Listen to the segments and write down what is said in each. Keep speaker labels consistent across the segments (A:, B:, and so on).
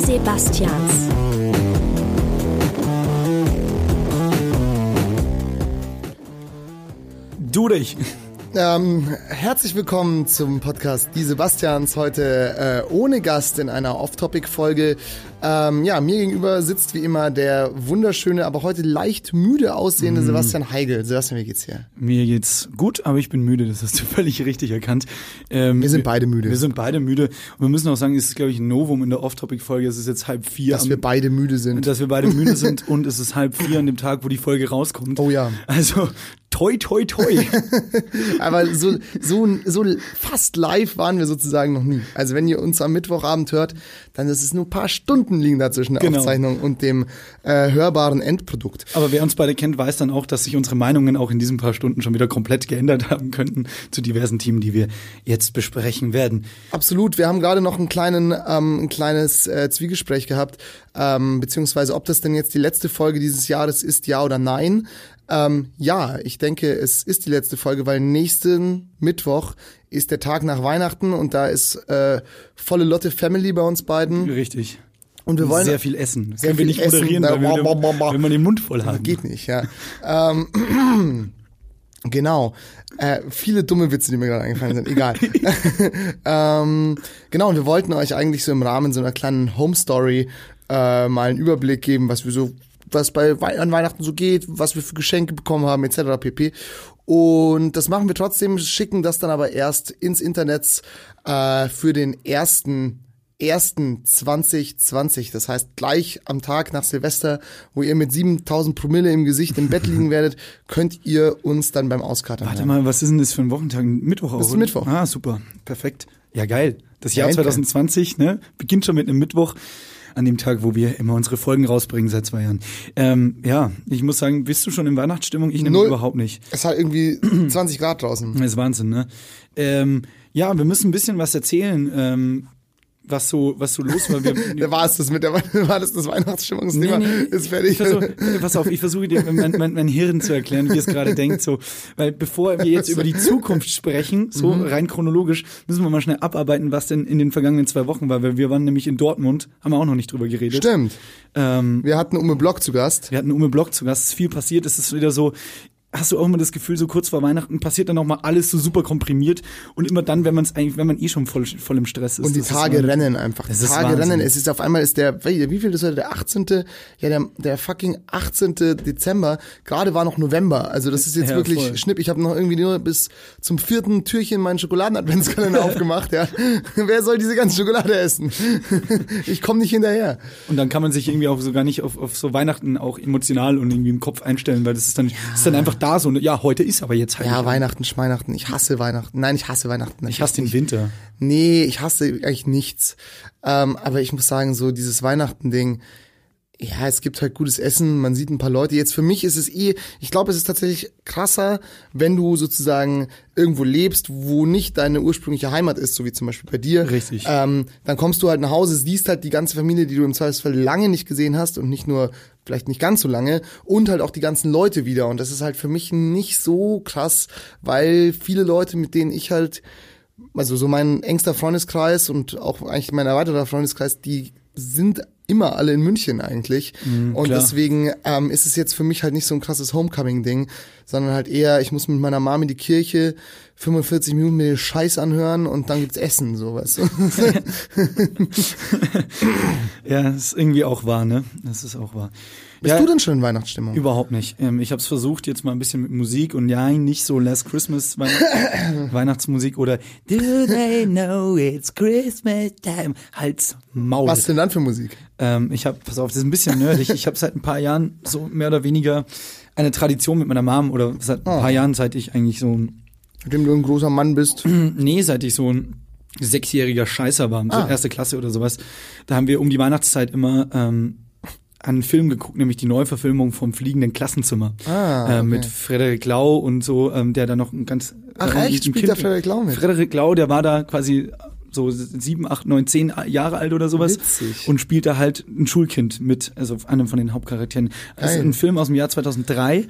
A: Sebastians.
B: Du dich.
C: Ähm, herzlich willkommen zum Podcast Die Sebastians. Heute äh, ohne Gast in einer Off-Topic-Folge. Ähm, ja, mir gegenüber sitzt wie immer der wunderschöne, aber heute leicht müde
B: Mhm.
C: aussehende Sebastian Heigel. Sebastian, wie geht's dir?
B: Mir geht's gut, aber ich bin müde. Das hast du völlig richtig erkannt. Ähm,
C: Wir sind beide müde.
B: Wir sind beide müde. Und wir müssen auch sagen, es ist, glaube ich, ein Novum in der Off-Topic-Folge. Es ist jetzt halb vier.
C: Dass
B: am-
C: wir beide müde sind.
B: dass wir beide müde sind und es ist halb vier an dem Tag, wo die Folge rauskommt.
C: Oh ja.
B: Also toi toi toi.
C: Aber so, so, so fast live waren wir sozusagen noch nie. Also wenn ihr uns am Mittwochabend hört, dann ist es nur ein paar Stunden liegen dazwischen der
B: Genau.
C: Aufzeichnung und dem äh, hörbaren Endprodukt.
B: Aber wer uns beide kennt, weiß dann auch, dass sich unsere Meinungen auch in diesen paar Stunden schon wieder komplett geändert haben könnten zu diversen Themen, die wir jetzt besprechen werden.
C: Absolut. Wir haben gerade noch einen kleinen, ähm, ein kleines äh, Zwiegespräch gehabt, ähm, beziehungsweise ob das denn jetzt die letzte Folge dieses Jahres ist, ja oder nein. Ähm, ja, ich denke, es ist die letzte Folge, weil nächsten Mittwoch ist der Tag nach Weihnachten und da ist äh, volle Lotte Family bei uns beiden.
B: Richtig.
C: Und wir wollen
B: sehr viel essen. Das
C: sehr
B: können wir nicht
C: viel essen, ne?
B: moderieren,
C: da-
B: weil wir,
C: bah, bah, bah.
B: wenn wir den Mund voll haben.
C: Geht nicht, ja. ähm, genau. Äh, viele dumme Witze, die mir gerade eingefallen sind. Egal. ähm, genau, und wir wollten euch eigentlich so im Rahmen so einer kleinen Home-Story äh, mal einen Überblick geben, was wir so, was bei Wei an Weihnachten so geht, was wir für Geschenke bekommen haben, etc. pp. Und das machen wir trotzdem, schicken das dann aber erst ins Internet äh, für den ersten 1.2020, das heißt gleich am Tag nach Silvester, wo ihr mit 7000 Promille im Gesicht im Bett liegen werdet, könnt ihr uns dann beim Auskatern
B: Warte
C: hören.
B: mal, was ist denn das für ein Wochentag? Mittwoch auch.
C: Das ist
B: oder?
C: Mittwoch.
B: Ah, super. Perfekt. Ja, geil. Das Jahr
C: Ja, endgeil.
B: 2020 ne, beginnt schon mit einem Mittwoch, an dem Tag, wo wir immer unsere Folgen rausbringen seit zwei Jahren. Ähm, ja, ich muss sagen, bist du schon in Weihnachtsstimmung? Ich nehme
C: Null.
B: überhaupt nicht.
C: Es hat irgendwie 20 Grad draußen.
B: Das ist Wahnsinn, ne? Ähm, ja, wir müssen ein bisschen was erzählen, ähm, was so, was so los war. Wir,
C: Da war es das mit der war das das Weihnachtsstimmungsthema. Ist
B: Ich
C: fertig.
B: versuch, pass auf, ich versuche dir mein, mein, mein Hirn zu erklären, wie es gerade denkt. So, weil bevor wir jetzt über die Zukunft sprechen, so
C: Mhm.
B: rein chronologisch, müssen wir mal schnell abarbeiten, was denn in den vergangenen zwei Wochen war. Weil wir waren nämlich in Dortmund, haben wir auch noch nicht drüber geredet.
C: Stimmt.
B: Ähm,
C: Wir hatten Ume Block zu Gast.
B: wir hatten Ume Block zu Gast, es ist viel passiert, es ist wieder so. Hast du auch immer das Gefühl, so kurz vor Weihnachten passiert dann nochmal alles so super komprimiert und immer dann, wenn man es eigentlich, wenn man eh schon voll, voll im Stress ist.
C: Und die
B: Das ist
C: Tage
B: immer-
C: rennen einfach. Die
B: Das ist
C: Tage
B: Wahnsinn.
C: rennen. Es ist auf einmal ist der, wie wie viel ist heute? Der 18. Ja, der, der fucking 18. Dezember. Gerade war noch November. Also das ist jetzt
B: Ja,
C: wirklich
B: voll.
C: Schnipp. Ich habe noch irgendwie nur bis zum vierten Türchen meinen Schokoladen-Adventskalender aufgemacht. Ja, wer soll diese ganze Schokolade essen? ich komme nicht hinterher.
B: Und dann kann man sich irgendwie auch so gar nicht auf, auf so Weihnachten auch emotional und irgendwie im Kopf einstellen, weil das ist dann, ist dann einfach da so. Und ja, heute ist aber jetzt halt.
C: Ja, Weihnachten, Schmeinachten. Ich hasse Weihnachten. Nein, ich hasse Weihnachten.
B: ich hasse den Winter.
C: Nee, ich hasse eigentlich nichts. Ähm, aber ich muss sagen, so dieses Weihnachten-Ding, ja, es gibt halt gutes Essen, man sieht ein paar Leute. Jetzt für mich ist es eh, ich glaube, es ist tatsächlich krasser, wenn du sozusagen irgendwo lebst, wo nicht deine ursprüngliche Heimat ist, so wie zum Beispiel bei dir.
B: Richtig.
C: Ähm, dann kommst du halt nach Hause, siehst halt die ganze Familie, die du im Zweifelsfall lange nicht gesehen hast und nicht nur vielleicht nicht ganz so lange und halt auch die ganzen Leute wieder. Und das ist halt für mich nicht so krass, weil viele Leute, mit denen ich halt also so mein engster Freundeskreis und auch eigentlich mein erweiterter Freundeskreis, die sind immer alle in München eigentlich. und
B: Mhm, klar.
C: deswegen ähm, ist es jetzt für mich halt nicht so ein krasses Homecoming-Ding, sondern halt eher, ich muss mit meiner Mom in die Kirche 45 Minuten mir den Scheiß anhören und dann gibt's Essen, sowas.
B: Ja, das ist irgendwie auch wahr, ne? Das ist auch wahr.
C: Bist
B: ja,
C: du denn schon in Weihnachtsstimmung?
B: Überhaupt nicht. Ähm, ich habe es versucht jetzt mal ein bisschen mit Musik und ja, nicht so Last Christmas Weihnacht Weihnachtsmusik oder Do they know it's Christmas time? Halt's Maul.
C: Was denn dann für Musik?
B: Ähm, ich habe, pass auf, das ist ein bisschen nerdig. Ich habe seit ein paar Jahren so mehr oder weniger eine Tradition mit meiner Mom oder seit ein
C: Oh.
B: paar Jahren, seit ich eigentlich so ein
C: Mit dem du ein großer Mann bist.
B: Nee, seit ich so ein sechsjähriger Scheißer war, so
C: Ah.
B: erste Klasse oder sowas, da haben wir um die Weihnachtszeit immer ähm, einen Film geguckt, nämlich die Neuverfilmung vom Fliegenden Klassenzimmer
C: Ah,
B: äh,
C: okay.
B: mit Frederik Lau und so, ähm, der da noch ein ganz
C: Ach,
B: äh,
C: echt?
B: ein
C: Spielt
B: Kind-
C: da Frederik Lau mit?
B: Frederik Lau, der war da quasi so sieben, acht, neun, zehn Jahre alt oder sowas
C: Witzig.
B: und spielt da halt ein Schulkind mit, also einem von den Hauptcharakteren. Das ist
C: Geil.
B: ein Film aus dem Jahr 2003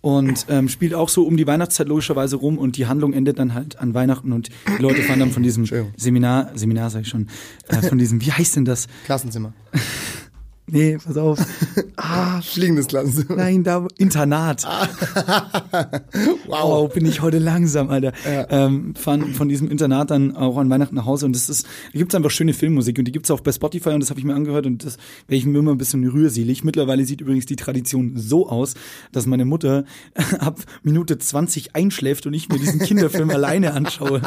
B: und ähm, spielt auch so um die Weihnachtszeit logischerweise rum und die Handlung endet dann halt an Weihnachten und die Leute fahren dann von diesem
C: Entschuldigung.
B: Seminar, Seminar sag ich schon, äh, von diesem, wie heißt denn das?
C: Klassenzimmer.
B: Nee, pass auf. Ah,
C: Fliegendes Klassenzimmer.
B: nein, da, Internat. Wow, bin ich heute langsam, Alter. Ähm, fahren von diesem Internat dann auch an Weihnachten nach Hause und das ist, da gibt's einfach schöne Filmmusik und die gibt's auch bei Spotify und das habe ich mir angehört und das werde ich mir immer ein bisschen rührselig. Mittlerweile sieht übrigens die Tradition so aus, dass meine Mutter ab Minute 20 einschläft und ich mir diesen Kinderfilm alleine anschaue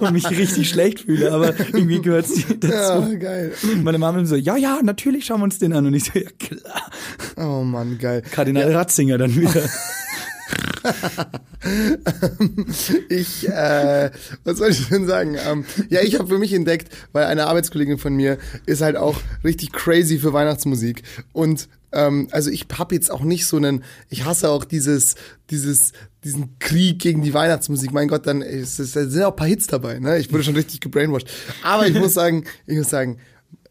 B: und mich richtig schlecht fühle, aber irgendwie gehört's dazu.
C: Ja, geil.
B: Meine Mama so, ja, ja, natürlich schauen wir uns den an und ich so, ja klar.
C: Oh Mann, geil.
B: Kardinal Ratzinger dann wieder.
C: Ich, äh, was soll ich denn sagen? Ähm, ja, ich habe für mich entdeckt, weil eine Arbeitskollegin von mir ist halt auch richtig crazy für Weihnachtsmusik. Und ähm, also ich habe jetzt auch nicht so einen, ich hasse auch dieses, dieses, diesen Krieg gegen die Weihnachtsmusik. Mein Gott, dann ist, es- da sind auch ein paar Hits dabei. Ne? Ich wurde schon richtig gebrainwashed. Aber ich muss sagen, ich muss sagen,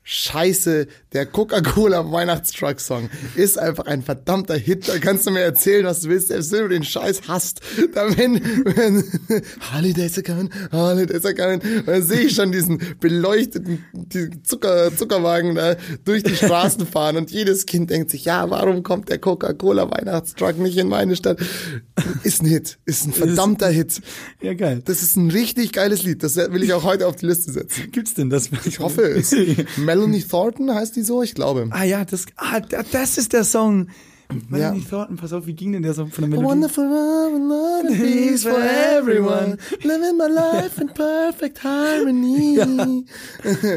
C: Scheiße, der Coca-Cola Weihnachtstruck Song ist einfach ein verdammter Hit. Da kannst du mir erzählen, was du willst, selbst wenn du den Scheiß hast. Da wenn, wenn Holidays are coming, Holidays are coming, dann sehe ich schon diesen beleuchteten diesen Zucker, Zuckerwagen da durch die Straßen fahren und jedes Kind denkt sich, ja, warum kommt der Coca-Cola Weihnachtstruck nicht in meine Stadt? Ist ein Hit, ist ein verdammter Hit.
B: Ja, geil.
C: Das ist ein richtig geiles Lied. Das will ich auch heute auf die Liste setzen.
B: Gibt's denn das?
C: Ich hoffe es. Melanie Thornton heißt die so, ich glaube.
B: ah ja, das, ah, da- das ist der Song.
C: Ja.
B: Melanie Thornton, pass auf, wie ging denn der Song von der
C: A
B: Melodie?
C: wonderful love and love and peace for everyone. Living my life in perfect harmony.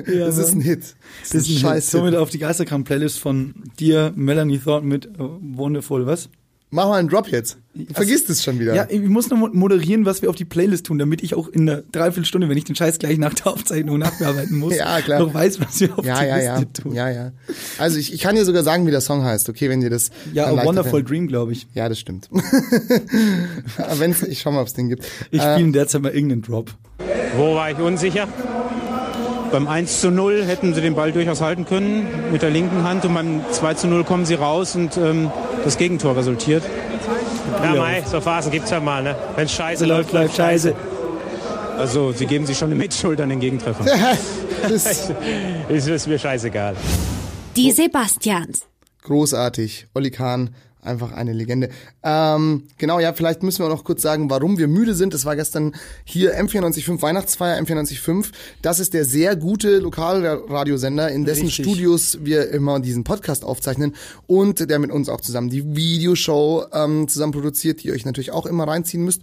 C: das ist ein Hit. Das,
B: Das
C: ist ein scheiß Hit.
B: Somit auf die Geisterkram-Playlist von dir, Melanie Thornton mit äh, Wonderful, was?
C: Mach mal einen Drop jetzt. Du vergisst es schon wieder.
B: Ja, ich muss noch mo- moderieren, was wir auf die Playlist tun, damit ich auch in der Dreiviertelstunde, wenn ich den Scheiß gleich nach der Aufzeichnung nachbearbeiten muss,
C: Ja, klar.
B: noch weiß, was wir auf
C: ja,
B: die
C: ja, ja.
B: Liste tun.
C: ja, ja. Also ich, ich kann dir sogar sagen, wie der Song heißt, okay, wenn dir das
B: Ja,
C: dann
B: A
C: leichter
B: Wonderful
C: fällt.
B: Dream, glaube ich.
C: Ja, das stimmt. Ja, wenn's, ich schau mal, ob es den gibt.
B: Ich spiele in der Zeit mal irgendeinen Drop.
A: Wo war ich unsicher? Beim 1 zu 0 hätten sie den Ball durchaus halten können mit der linken Hand und beim 2 zu 0 kommen sie raus und ähm, das Gegentor resultiert.
D: Ja, mei, so Phasen gibt's ja mal, ne? Wenn Scheiße läuft, läuft
B: scheiße.
A: Also sie geben sich schon eine Mitschuld an den Gegentreffer.
C: Das ist
D: Ist, ist mir scheißegal.
E: Die Sebastians.
C: großartig. Olli Kahn, einfach eine Legende. Ähm, genau, ja, vielleicht müssen wir auch noch kurz sagen, warum wir müde sind. Es war gestern hier M495 Weihnachtsfeier, M495. Das ist der sehr gute Lokalradiosender, in dessen
B: Richtig.
C: Studios wir immer diesen Podcast aufzeichnen und der mit uns auch zusammen die Videoshow ähm, zusammen produziert, die ihr euch natürlich auch immer reinziehen müsst.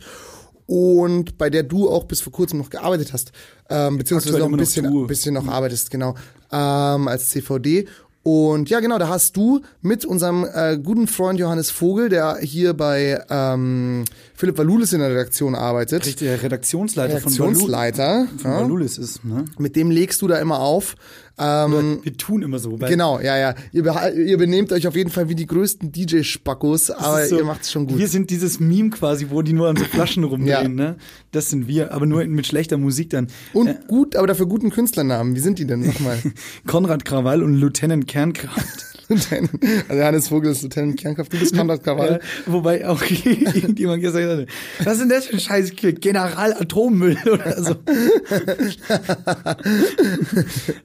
C: Und bei der du auch bis vor kurzem noch gearbeitet hast, ähm, beziehungsweise
B: Aktuell
C: noch ein
B: immer noch
C: bisschen,
B: tue.
C: bisschen noch arbeitest, genau, ähm, als CVD. Und ja, genau, da hast du mit unserem äh, guten Freund Johannes Vogel, der hier bei ähm, Philipp Valulis in der Redaktion arbeitet,
B: Richtig, der Redaktionsleiter von Valu-
C: Redaktionsleiter,
B: von Valulis ist, ne?
C: mit dem legst du da immer auf. Ähm,
B: Wir tun immer so, weil
C: genau, ja, ja. Ihr, behal- ihr benehmt euch auf jeden Fall wie die größten DJ-Spackos,
B: Das
C: aber
B: ist so-
C: ihr macht's schon gut.
B: Wir sind dieses Meme quasi, wo die nur an so Flaschen rumdrehen,
C: Ja.
B: ne? Das sind wir, aber nur mit schlechter Musik dann. Äh,
C: Und gut, aber dafür guten Künstlernamen. Wie sind die denn nochmal?
B: Konrad Krawall und Lieutenant Kernkraft.
C: Lieutenant- also Johannes Vogel ist Lieutenant Kernkraft, du bist Konrad Krawall.
B: Ja, wobei auch irgendjemand gesagt hat, was ist denn das für ein scheiß Kick? General Atommüll oder so.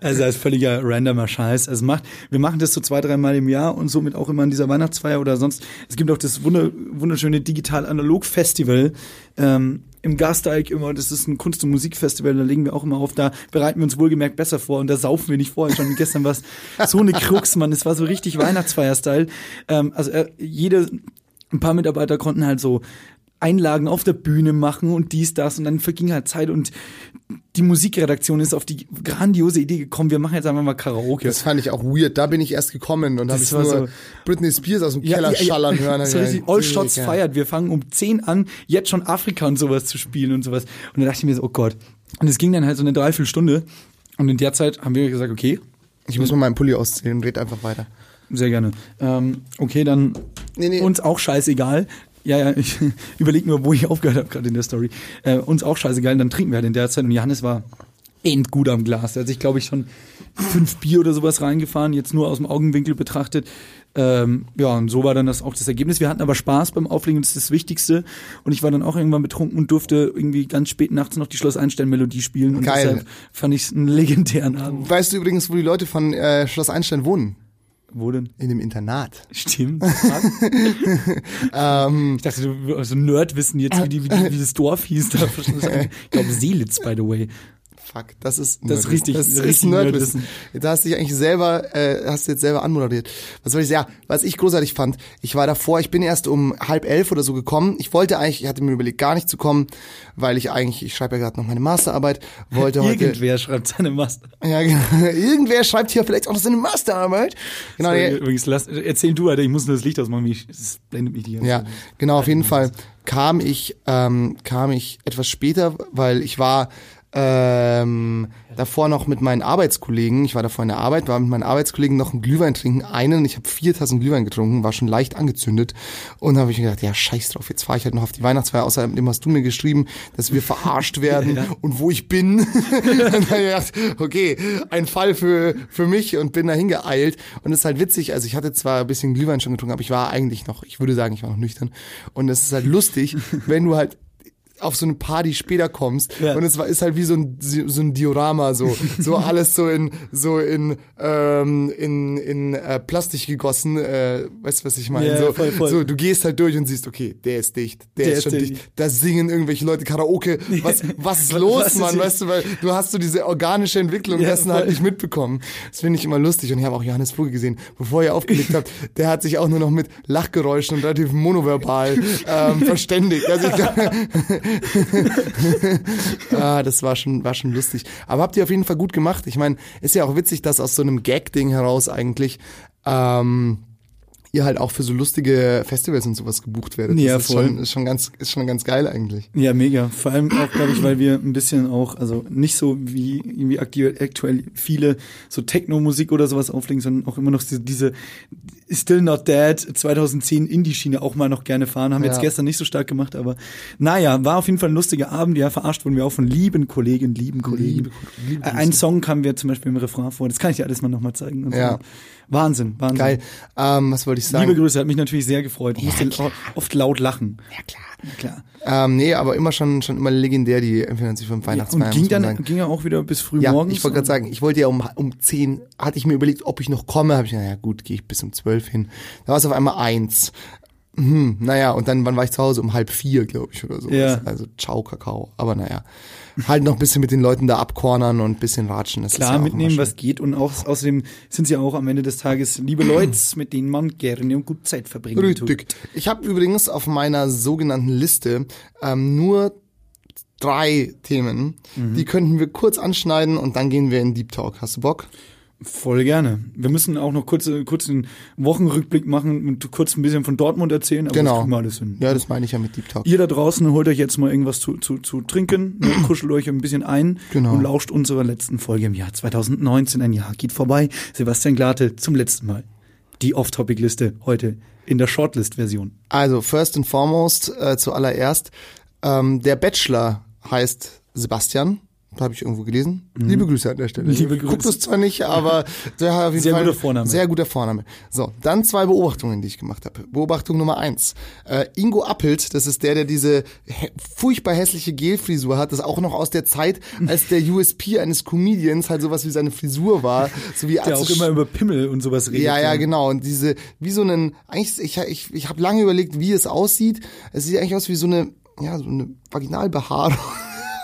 B: also das ist völliger randomer Scheiß. Also macht, wir machen das so zwei, dreimal im Jahr und somit auch immer an dieser Weihnachtsfeier oder sonst. Es gibt auch das wunder, wunderschöne Digital-Analog-Festival ähm, im Gasteig immer. Das ist ein Kunst- und Musikfestival, da legen wir auch immer auf. Da bereiten wir uns wohlgemerkt besser vor und da saufen wir nicht vorher schon. Und Gestern war es so eine Krux, Mann. Es war so richtig Weihnachtsfeier-Style. Ähm, also äh, jede, ein paar Mitarbeiter konnten halt so Einlagen auf der Bühne machen und dies, das und dann verging halt Zeit und die Musikredaktion ist auf die grandiose Idee gekommen, wir machen jetzt einfach mal Karaoke.
C: Das fand ich auch weird. Da bin ich erst gekommen und habe
B: Das
C: ich
B: war
C: nur
B: so-
C: Britney Spears aus dem Keller schallern hören.
B: So
C: Hab ich
B: richtig,
C: gedacht,
B: all Shots
C: Digga.
B: feiert. Wir fangen um 10 an, jetzt schon Afrika und sowas zu spielen und sowas. Und da dachte ich mir so, oh Gott. Und es ging dann halt so eine Dreiviertelstunde. Und in der Zeit haben wir gesagt, okay,
C: Ich muss mal meinen Pulli ausziehen und red einfach weiter.
B: sehr gerne. Ähm, okay, dann
C: Nee, nee.
B: uns auch scheißegal. Ja, ja, ich überlege nur, wo ich aufgehört habe gerade in der Story. Äh, uns auch scheißegal, dann trinken wir halt in der Zeit. Und Johannes war endgut am Glas. Also ich glaube, ich schon fünf Bier oder sowas reingefahren, jetzt nur aus dem Augenwinkel betrachtet. Ähm, ja, und so war dann das auch das Ergebnis. Wir hatten aber Spaß beim Auflegen, das ist das Wichtigste. Und ich war dann auch irgendwann betrunken und durfte irgendwie ganz spät nachts noch die Schloss Einstein-Melodie spielen. Und
C: Geil.
B: deshalb fand ich es einen legendären Abend.
C: Weißt du übrigens, wo die Leute von äh, Schloss Einstein wohnen?
B: Wo denn?
C: In dem Internat.
B: Stimmt.
C: Ähm.
B: ich dachte, du also Nerdwissen jetzt, wie, die, wie, die, wie das Dorf hieß. Da. Ich glaube, Seelitz, by the way.
C: Fuck, das ist
B: Das ist
C: Nerdwissen.
B: richtig-
C: das ist
B: richtig
C: Nerdwissen. Da hast du dich eigentlich selber, äh, hast du jetzt selber anmoderiert. Was soll ich sagen? Ja, was ich großartig fand, ich war davor, ich bin erst um halb elf oder so gekommen. Ich wollte eigentlich, ich hatte mir überlegt, gar nicht zu kommen, weil ich eigentlich, ich schreibe ja gerade noch meine Masterarbeit, wollte heute.
B: Irgendwer schreibt seine Master.
C: Ja, genau. Irgendwer schreibt hier vielleicht auch noch seine Masterarbeit. Genau,
B: Sorry,
C: ja,
B: Übrigens, lass, erzähl du, Alter, ich muss nur das Licht ausmachen, mich- es blendet mich die ganze
C: Ja,
B: Zeit.
C: genau, auf jeden Fall kam ich, ähm, kam ich etwas später, weil ich war ähm, davor noch mit meinen Arbeitskollegen, ich war davor in der Arbeit, war mit meinen Arbeitskollegen noch einen Glühwein trinken, einen, ich habe vier Tassen Glühwein getrunken, war schon leicht angezündet und habe ich mir gedacht, ja scheiß drauf, jetzt fahre ich halt noch auf die Weihnachtsfeier, außerdem hast du mir geschrieben, dass wir verarscht werden und wo ich bin. und dann gedacht, okay, ein Fall für, für mich und bin dahin geeilt. Und es ist halt witzig, also ich hatte zwar ein bisschen Glühwein schon getrunken, aber ich war eigentlich noch, ich würde sagen, ich war noch nüchtern. Und es ist halt lustig, wenn du halt auf so eine Party später kommst
B: Ja.
C: und es war, ist halt wie so ein so ein Diorama so so alles so in so in ähm, in in äh, Plastik gegossen äh, weißt du was ich meine
B: Ja,
C: so,
B: voll, voll.
C: so du gehst halt durch und siehst okay der ist dicht der,
B: Der
C: ist
B: ist
C: schon dicht
B: dicht.
C: da singen irgendwelche Leute Karaoke was was ist los
B: Was ist
C: Mann
B: hier-
C: weißt du weil du hast so diese organische Entwicklung
B: Ja,
C: dessen halt
B: voll.
C: nicht mitbekommen das finde ich immer lustig und ich habe auch Johannes Vogel gesehen bevor ihr aufgelegt habt der hat sich auch nur noch mit Lachgeräuschen und relativ monoverbal ähm, verständigt also ich glaub, Ah, das war schon, war schon lustig. Aber habt ihr auf jeden Fall gut gemacht. Ich meine, ist ja auch witzig, dass aus so einem Gag-Ding heraus eigentlich ähm, ihr halt auch für so lustige Festivals und sowas gebucht werdet.
B: Ja,
C: das ist
B: voll.
C: schon, ist schon ganz, ist schon ganz geil eigentlich.
B: Ja, mega. Vor allem auch, glaube ich, weil wir ein bisschen auch, also nicht so wie irgendwie aktuell, aktuell viele so Techno-Musik oder sowas auflegen, sondern auch immer noch diese, diese Still Not Dead 2010 Indie-Schiene auch mal noch gerne fahren. Haben wir
C: Ja.
B: jetzt gestern nicht so stark gemacht, aber naja, war auf jeden Fall ein lustiger Abend. Ja, verarscht wurden wir auch von lieben Kolleginnen, lieben Kollegen. Äh, ein Song kam mir zum Beispiel im Refrain vor. Das kann ich dir alles mal nochmal zeigen. Und so.
C: Ja.
B: Wahnsinn, Wahnsinn.
C: Geil. Ähm, was wollte ich sagen?
B: Liebe Grüße, hat mich natürlich sehr gefreut. Ich musste lau- oft laut lachen. Ja, klar. klar.
C: ähm, nee, aber immer schon, schon immer legendär, die M45 Weihnachtsfeier.
B: Und ging
C: muss
B: dann
C: man sagen.
B: ging ja auch wieder bis früh
C: Ja,
B: morgens.
C: ich wollte gerade sagen, ich wollte ja um, um 10, hatte ich mir überlegt, ob ich noch komme, habe ich gedacht, naja gut, gehe ich bis um 12 hin. Da war es auf einmal eins. Hm, naja, und dann, wann war ich zu Hause? Um halb vier, glaube ich, oder so.
B: Ja.
C: Also ciao, Kakao. Aber naja, halt noch ein bisschen mit den Leuten da abkornern und ein bisschen ratschen. Das ist
B: Klar,
C: ja auch
B: mitnehmen,
C: immer schön.
B: was geht. Und auch, außerdem sind sie auch am Ende des Tages liebe Leute, mit denen man gerne und gut Zeit verbringen
C: Richtig. Ich habe übrigens auf meiner sogenannten Liste ähm, nur drei Themen.
B: Mhm.
C: Die könnten wir kurz anschneiden und dann gehen wir in Deep Talk. Hast du Bock?
B: tut. Voll gerne. Wir müssen auch noch kurz, äh, kurz einen Wochenrückblick machen und kurz ein bisschen von Dortmund erzählen. Aber Das
C: Genau.
B: kriegen wir alles hin.
C: Ja, das meine ich ja mit Deep Talk.
B: Ihr da draußen holt euch jetzt mal irgendwas zu, zu, zu trinken, ne, kuschelt euch ein bisschen ein
C: Genau.
B: und lauscht unserer letzten Folge im Jahr 2019. Ein Jahr geht vorbei. Sebastian Glate zum letzten Mal. Die Off-Topic-Liste heute in der Shortlist-Version.
C: Also, first and foremost, äh, zuallererst, ähm, der Bachelor heißt Sebastian. Da habe ich irgendwo gelesen. Liebe Grüße an der Stelle.
B: Mhm. Liebe
C: Ich
B: Grüße.
C: Guck das zwar nicht, aber der hat auf jeden
B: Sehr
C: Fall
B: guter Vorname.
C: Sehr guter Vorname. So, dann zwei Beobachtungen, die ich gemacht habe. Beobachtung Nummer eins. Äh, Ingo Appelt, das ist der, der diese hä- furchtbar hässliche Gelfrisur hat, das auch noch aus der Zeit, als der USP eines Comedians halt sowas wie seine Frisur war. So wie
B: Der auch immer über Pimmel und sowas redet.
C: Ja, ja, genau. Und diese, wie so einen, eigentlich, ich, ich, ich habe lange überlegt, wie es aussieht. Es sieht eigentlich aus wie so eine, ja, so eine Vaginalbehaarung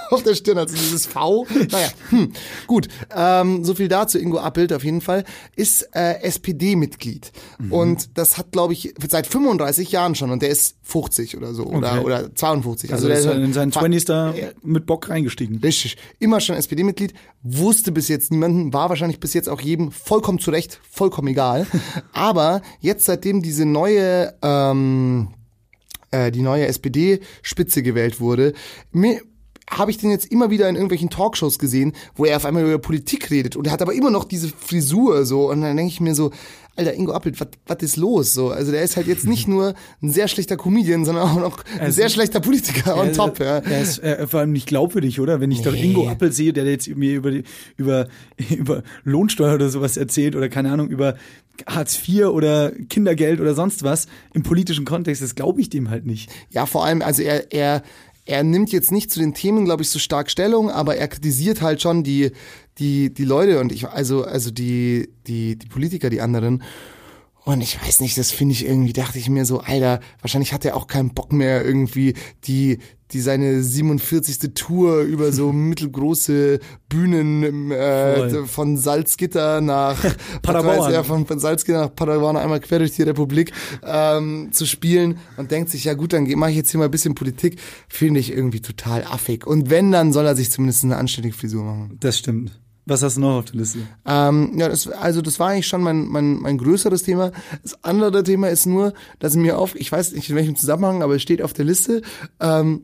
C: auf der Stirn, also dieses V. Naja, hm, gut. Ähm, so viel dazu. Ingo Appelt auf jeden Fall ist äh, SPD-Mitglied.
B: Mhm.
C: Und das hat, glaube ich, seit 35 Jahren schon. Und der ist 50 oder so. Oder,
B: Okay.
C: oder 52.
B: Also der ist
C: der
B: in seinen
C: fa-
B: 20s da
C: Ja.
B: mit Bock reingestiegen.
C: Richtig. Immer schon SPD-Mitglied, wusste bis jetzt niemanden, war wahrscheinlich bis jetzt auch jedem vollkommen zurecht, vollkommen egal. Aber jetzt, seitdem diese neue, ähm, äh, die neue SPD-Spitze gewählt wurde, mir, habe ich den jetzt immer wieder in irgendwelchen Talkshows gesehen, wo er auf einmal über Politik redet und er hat aber immer noch diese Frisur so und dann denke ich mir so, Alter, Ingo Appelt, was ist los? So, also der ist halt jetzt nicht nur ein sehr schlechter Comedian, sondern auch noch ein sehr schlechter Politiker on top. Ja.
B: Der ist äh, vor allem nicht glaubwürdig, oder? Wenn ich doch Ingo Appelt sehe, der jetzt mir über, die, über, über Lohnsteuer oder sowas erzählt oder keine Ahnung, über Hartz IV oder Kindergeld oder sonst was, im politischen Kontext, das glaube ich dem halt nicht.
C: Ja, vor allem, also er, er, er nimmt jetzt nicht zu den Themen, glaube ich, so stark Stellung, aber er kritisiert halt schon die, die, die Leute und ich, also, also die, die, die Politiker, die anderen. Und ich weiß nicht, das finde ich irgendwie, dachte ich mir so, Alter, wahrscheinlich hat er auch keinen Bock mehr irgendwie, die, die seine 47. Tour über so mittelgroße Bühnen im, äh,
B: Voll.
C: von Salzgitter nach
B: Paderborn.
C: was weiß er, von, von Salzgitter nach Paderborn einmal quer durch die Republik ähm, zu spielen und denkt sich, ja gut, dann mache ich jetzt hier mal ein bisschen Politik, finde ich irgendwie total affig. Und wenn, dann soll er sich zumindest eine anständige Frisur machen.
B: Das stimmt. Was hast du noch auf der Liste?
C: Ähm, ja, das, also das war eigentlich schon mein, mein, mein größeres Thema. Das andere Thema ist nur, dass mir auf, ich weiß nicht in welchem Zusammenhang, aber es steht auf der Liste. Ähm,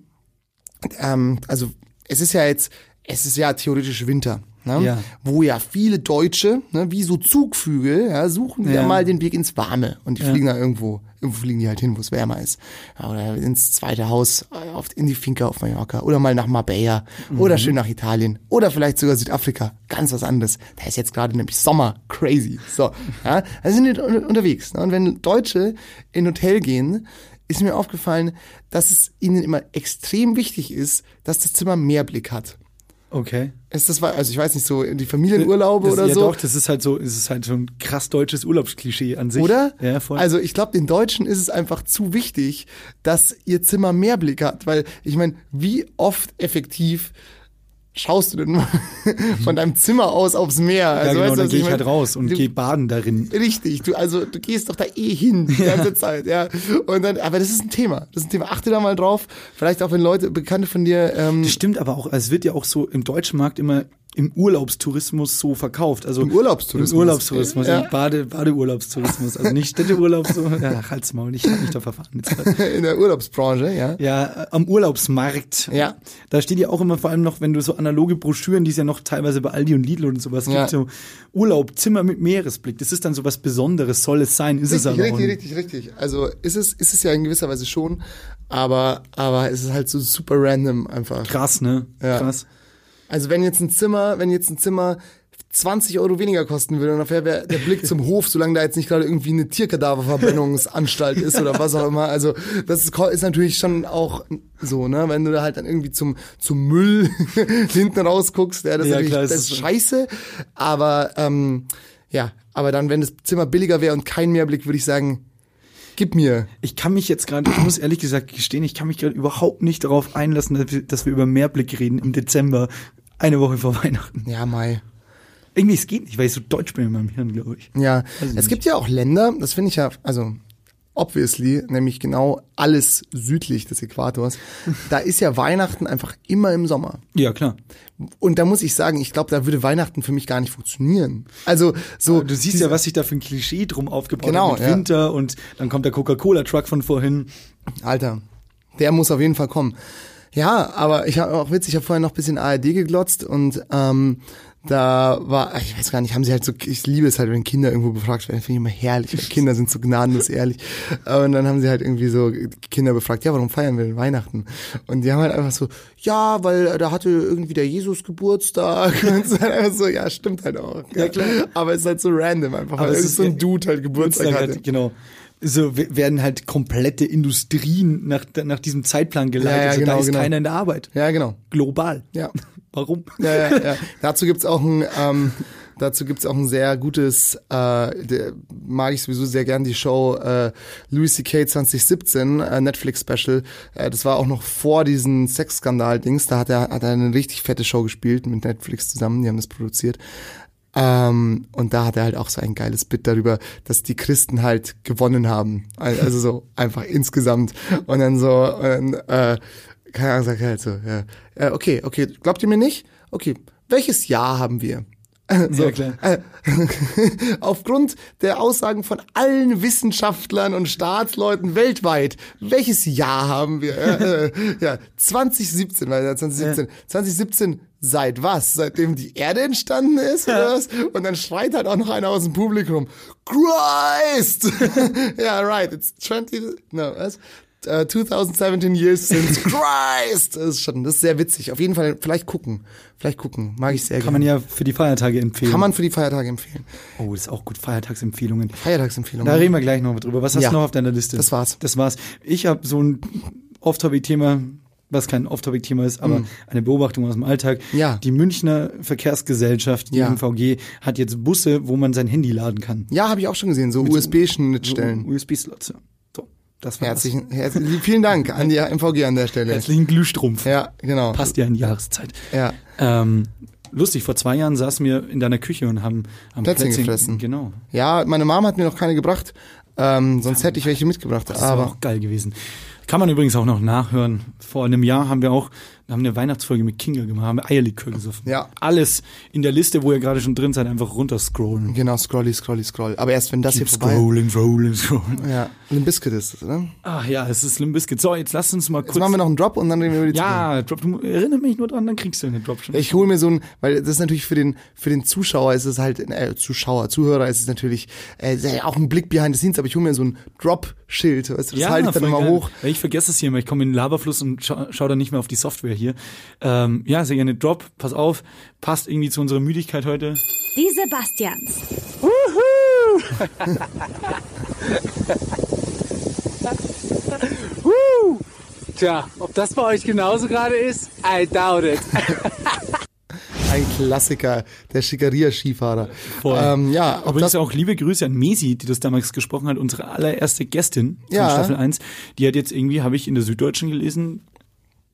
C: ähm, also es ist ja jetzt, es ist ja theoretisch Winter. Ne?
B: Ja.
C: Wo ja viele Deutsche, ne, wie so Zugvögel, ja, suchen ja.
B: Ja.
C: mal den Weg ins Warme und die fliegen da irgendwo, irgendwo fliegen die halt hin, wo es wärmer ist. Ja, oder ins zweite Haus, äh, auf, in die Finca auf Mallorca oder mal nach Marbella
B: Mhm.
C: oder schön nach Italien oder vielleicht sogar Südafrika, ganz was anderes. Da ist jetzt gerade nämlich Sommer, crazy. So, ja, also sind die un- unterwegs. Ne? Und wenn Deutsche in Hotel gehen, ist mir aufgefallen, dass es ihnen immer extrem wichtig ist, dass das Zimmer mehr Blick hat.
B: Okay.
C: Ist das, wa- also ich weiß nicht, so die Familienurlaube
B: das,
C: oder
B: ja
C: so?
B: doch, das ist halt so, es ist halt so ein krass deutsches Urlaubsklischee an sich.
C: Oder?
B: Ja, voll.
C: Also ich glaube, den Deutschen ist es einfach zu wichtig, dass ihr Zimmer mehr Blick hat, weil ich meine, wie oft effektiv schaust du denn mal von deinem Zimmer aus aufs Meer? Also,
B: ja, genau,
C: weißt du,
B: dann
C: was
B: gehe ich
C: mein?
B: halt raus und
C: Du-
B: gehe baden darin.
C: Richtig, du, also du gehst doch da eh hin die ganze Zeit, ja. Und dann, aber das ist ein Thema. Das ist ein Thema. Achte da mal drauf. Vielleicht auch wenn Leute, Bekannte von dir, ähm,
B: Das stimmt aber auch, es wird ja auch so im deutschen Markt immer im Urlaubstourismus so verkauft. Also Im
C: Urlaubstourismus.
B: Im Urlaubstourismus,
C: Ja.
B: im Bade, Badeurlaubstourismus. Also nicht Städteurlaub, so, ja, halt's Maul, ich hab mich da verfahren. Jetzt halt.
C: in der Urlaubsbranche, ja.
B: Ja, äh, am Urlaubsmarkt.
C: Ja.
B: Da steht ja auch immer vor allem noch, wenn du so analoge Broschüren, die es ja noch teilweise bei Aldi und Lidl und sowas
C: Ja.
B: gibt, so Urlaub, Zimmer mit Meeresblick. Das ist dann sowas Besonderes, soll es sein, ist es aber auch
C: richtig,
B: nicht.
C: richtig, richtig. Also ist es, ist es ja in gewisser Weise schon, aber, aber es ist halt so super random einfach.
B: Krass, ne?
C: Ja.
B: Krass.
C: Also wenn jetzt ein Zimmer, wenn jetzt ein Zimmer 20 Euro weniger kosten würde, dann wäre der Blick zum Hof, solange da jetzt nicht gerade irgendwie eine Tierkadaverbrennungsanstalt ist oder was auch immer. Also das ist, ist natürlich schon auch so, ne? Wenn du da halt dann irgendwie zum, zum Müll hinten rausguckst, ja, das, ist
B: Ja,
C: natürlich,
B: klar, es
C: das ist
B: ist-
C: scheiße. Aber ähm, ja, aber dann, wenn das Zimmer billiger wäre und kein Mehrblick, würde ich sagen, gib mir.
B: Ich kann mich jetzt gerade, ich muss ehrlich gesagt gestehen, ich kann mich gerade überhaupt nicht darauf einlassen, dass wir, dass wir über Mehrblick reden im Dezember, eine Woche vor Weihnachten.
C: Ja, Mai.
B: Irgendwie, es geht nicht, weil ich so deutsch bin in meinem Hirn, glaube ich.
C: Ja, es gibt ja auch Länder, das finde ich ja, also obviously, nämlich genau alles südlich des Äquators, da ist ja Weihnachten einfach immer im Sommer.
B: Ja, klar.
C: Und da muss ich sagen, ich glaube, da würde Weihnachten für mich gar nicht funktionieren. Also so,
B: Ah, Du siehst ja, was sich da für ein Klischee drum aufgebaut
C: Genau,
B: hat mit
C: ja.
B: Winter und dann kommt der Coca-Cola-Truck von vorhin.
C: Alter, der muss auf jeden Fall kommen. Ja, aber ich habe auch witzig, ich habe vorher noch ein bisschen ARD geglotzt und ähm, da war, ich weiß gar nicht, haben sie halt so, ich liebe es halt, wenn Kinder irgendwo befragt werden, finde ich immer herrlich, weil Kinder sind so gnadenlos ehrlich. Und dann haben sie halt irgendwie so Kinder befragt, ja, warum feiern wir denn Weihnachten? Und die haben halt einfach so, ja, weil da hatte irgendwie der Jesus Geburtstag. Und es ist halt einfach so, ja, stimmt halt auch. Ja,
B: klar.
C: Aber es ist halt so random einfach, weil
B: es
C: es
B: ist
C: so ein
B: ja-
C: Dude halt Geburtstag
B: Geburtstag
C: hatte.
B: hat, genau. So we- werden halt komplette Industrien nach, nach diesem Zeitplan geleitet.
C: Ja, ja,
B: So,
C: genau,
B: da ist
C: genau.
B: keiner in der Arbeit.
C: Ja, genau.
B: Global.
C: Ja.
B: Warum?
C: ja, ja, ja. Dazu gibt's auch ein, ähm, dazu gibt's auch ein sehr gutes, äh, der, mag ich sowieso sehr gern die Show äh, Louis C.K. 2017, äh, Netflix-Special. Äh, das war auch noch vor diesen Sexskandal-Dings. Da hat er, hat er eine richtig fette Show gespielt mit Netflix zusammen. Die haben das produziert. Ähm, und da hat er halt auch so ein geiles Bit darüber, dass die Christen halt gewonnen haben. Al- Also so einfach insgesamt. Und dann so, und, äh, keine Ahnung, sagt er halt so, ja. Äh, okay, okay, glaubt ihr mir nicht? Okay, welches Jahr haben wir? So,
B: Ja, klar.
C: Äh, aufgrund der Aussagen von allen Wissenschaftlern und Staatsleuten weltweit, welches Jahr haben wir? Äh, äh, ja, 2017, weil ja, 2017, 2017 seit was? Seitdem die Erde entstanden ist? Oder was? Und dann schreit halt auch noch einer aus dem Publikum, Christ! ja, right, it's 20, no, was? Äh, 2017 years since Christ! Das ist schon, das ist sehr witzig. Auf jeden Fall, vielleicht gucken. Vielleicht gucken. Mag ich sehr
B: Kann man ja für die Feiertage empfehlen.
C: kann man für die Feiertage empfehlen.
B: oh, das ist auch gut. Feiertagsempfehlungen.
C: Feiertagsempfehlung.
B: Da reden wir gleich noch drüber. Was hast
C: Mhm. Ja.
B: du noch auf deiner Liste?
C: Das war's.
B: Das war's. Ich habe so ein Off-Topic-Thema, was kein Off-Topic-Thema ist, aber eine Beobachtung aus dem Alltag.
C: Mhm. Ja.
B: Die Münchner Verkehrsgesellschaft, die
C: Ja.
B: MVG, hat jetzt Busse, wo man sein Handy laden kann.
C: ja, habe ich auch schon gesehen, so USB-Schnittstellen.
B: USB-Slots. ja. So, das war's.
C: Herzlichen, herzlichen, vielen Dank an die MVG an der Stelle.
B: Herzlichen Glühstrumpf.
C: Ja, genau.
B: Passt ja in die Jahreszeit.
C: Ja.
B: Ähm, lustig, vor zwei Jahren saßen wir in deiner Küche und haben am
C: Plätzchen
B: Plätzchen-
C: gefressen.
B: Genau.
C: Ja, meine Mama hat mir noch keine gebracht. Ähm, sonst hätte ich welche mitgebracht.
B: Das war
C: Aber
B: auch geil gewesen. Kann man übrigens auch noch nachhören. Vor einem Jahr haben wir auch haben eine Weihnachtsfolge mit Kinga gemacht, haben wir Eierlikör gesoffen.
C: Ja.
B: Alles in der Liste, wo ihr gerade schon drin seid, einfach runterscrollen.
C: genau, scrolly, scrolly, scroll. Aber erst wenn das hier vorbei
B: Scrollen, scrollen, scrollen.
C: Ja, ein Biscuit ist es, oder?
B: Ach ja, es ist Slim Biscuit. So, jetzt lasst uns mal kurz.
C: Jetzt machen wir noch einen Drop und dann reden wir über die Zukunft.
B: ja, Drop, du erinnere mich nur dran, dann kriegst du eine Drop schon.
C: Ich hole mir so ein, weil das ist natürlich für den für den Zuschauer ist es halt äh, Zuschauer, Zuhörer ist es natürlich äh, ist ja auch ein Blick behind the scenes, aber ich hole mir so ein Drop-Schild, weißt du, das halte ich dann
B: voll
C: immer
B: geil.
C: hoch.
B: Ja, Ich vergesse es hier immer. Ich komme in den Laberfluss und scha schaue dann nicht mehr auf die Software hier. Ähm, ja, sehr gerne Drop. Pass auf. Passt irgendwie zu unserer Müdigkeit heute.
E: Die Sebastians.
F: Tja, ob das bei euch genauso gerade ist, I doubt it.
C: Ein Klassiker, der Schikaria-Skifahrer.
B: Voll.
C: Ähm, ja, ob
B: Übrigens
C: das,
B: auch liebe Grüße an Mesi, die das damals gesprochen hat, unsere allererste Gästin
C: Ja.
B: von Staffel 1. Die hat jetzt irgendwie, habe ich in der Süddeutschen gelesen,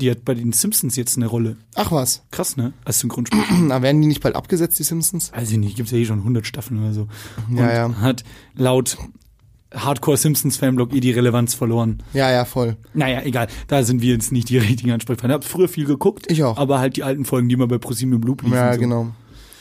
B: die hat bei den Simpsons jetzt eine Rolle.
C: ach was,
B: Krass, ne? Als Synchronsprecher.
C: na, werden die nicht bald abgesetzt, die Simpsons?
B: Weiß ich nicht, gibt's ja eh schon 100 Staffeln oder so. Und
C: Ja, ja.
B: hat laut Hardcore Simpsons Fanblog eh die Relevanz verloren.
C: Ja, ja, voll.
B: Naja, egal. Da sind wir jetzt nicht die richtigen Ansprechpartner. Hab früher viel geguckt.
C: Ich auch.
B: Aber halt die alten Folgen, die immer bei ProSieben im Loop liefen.
C: Ja,
B: so.
C: genau.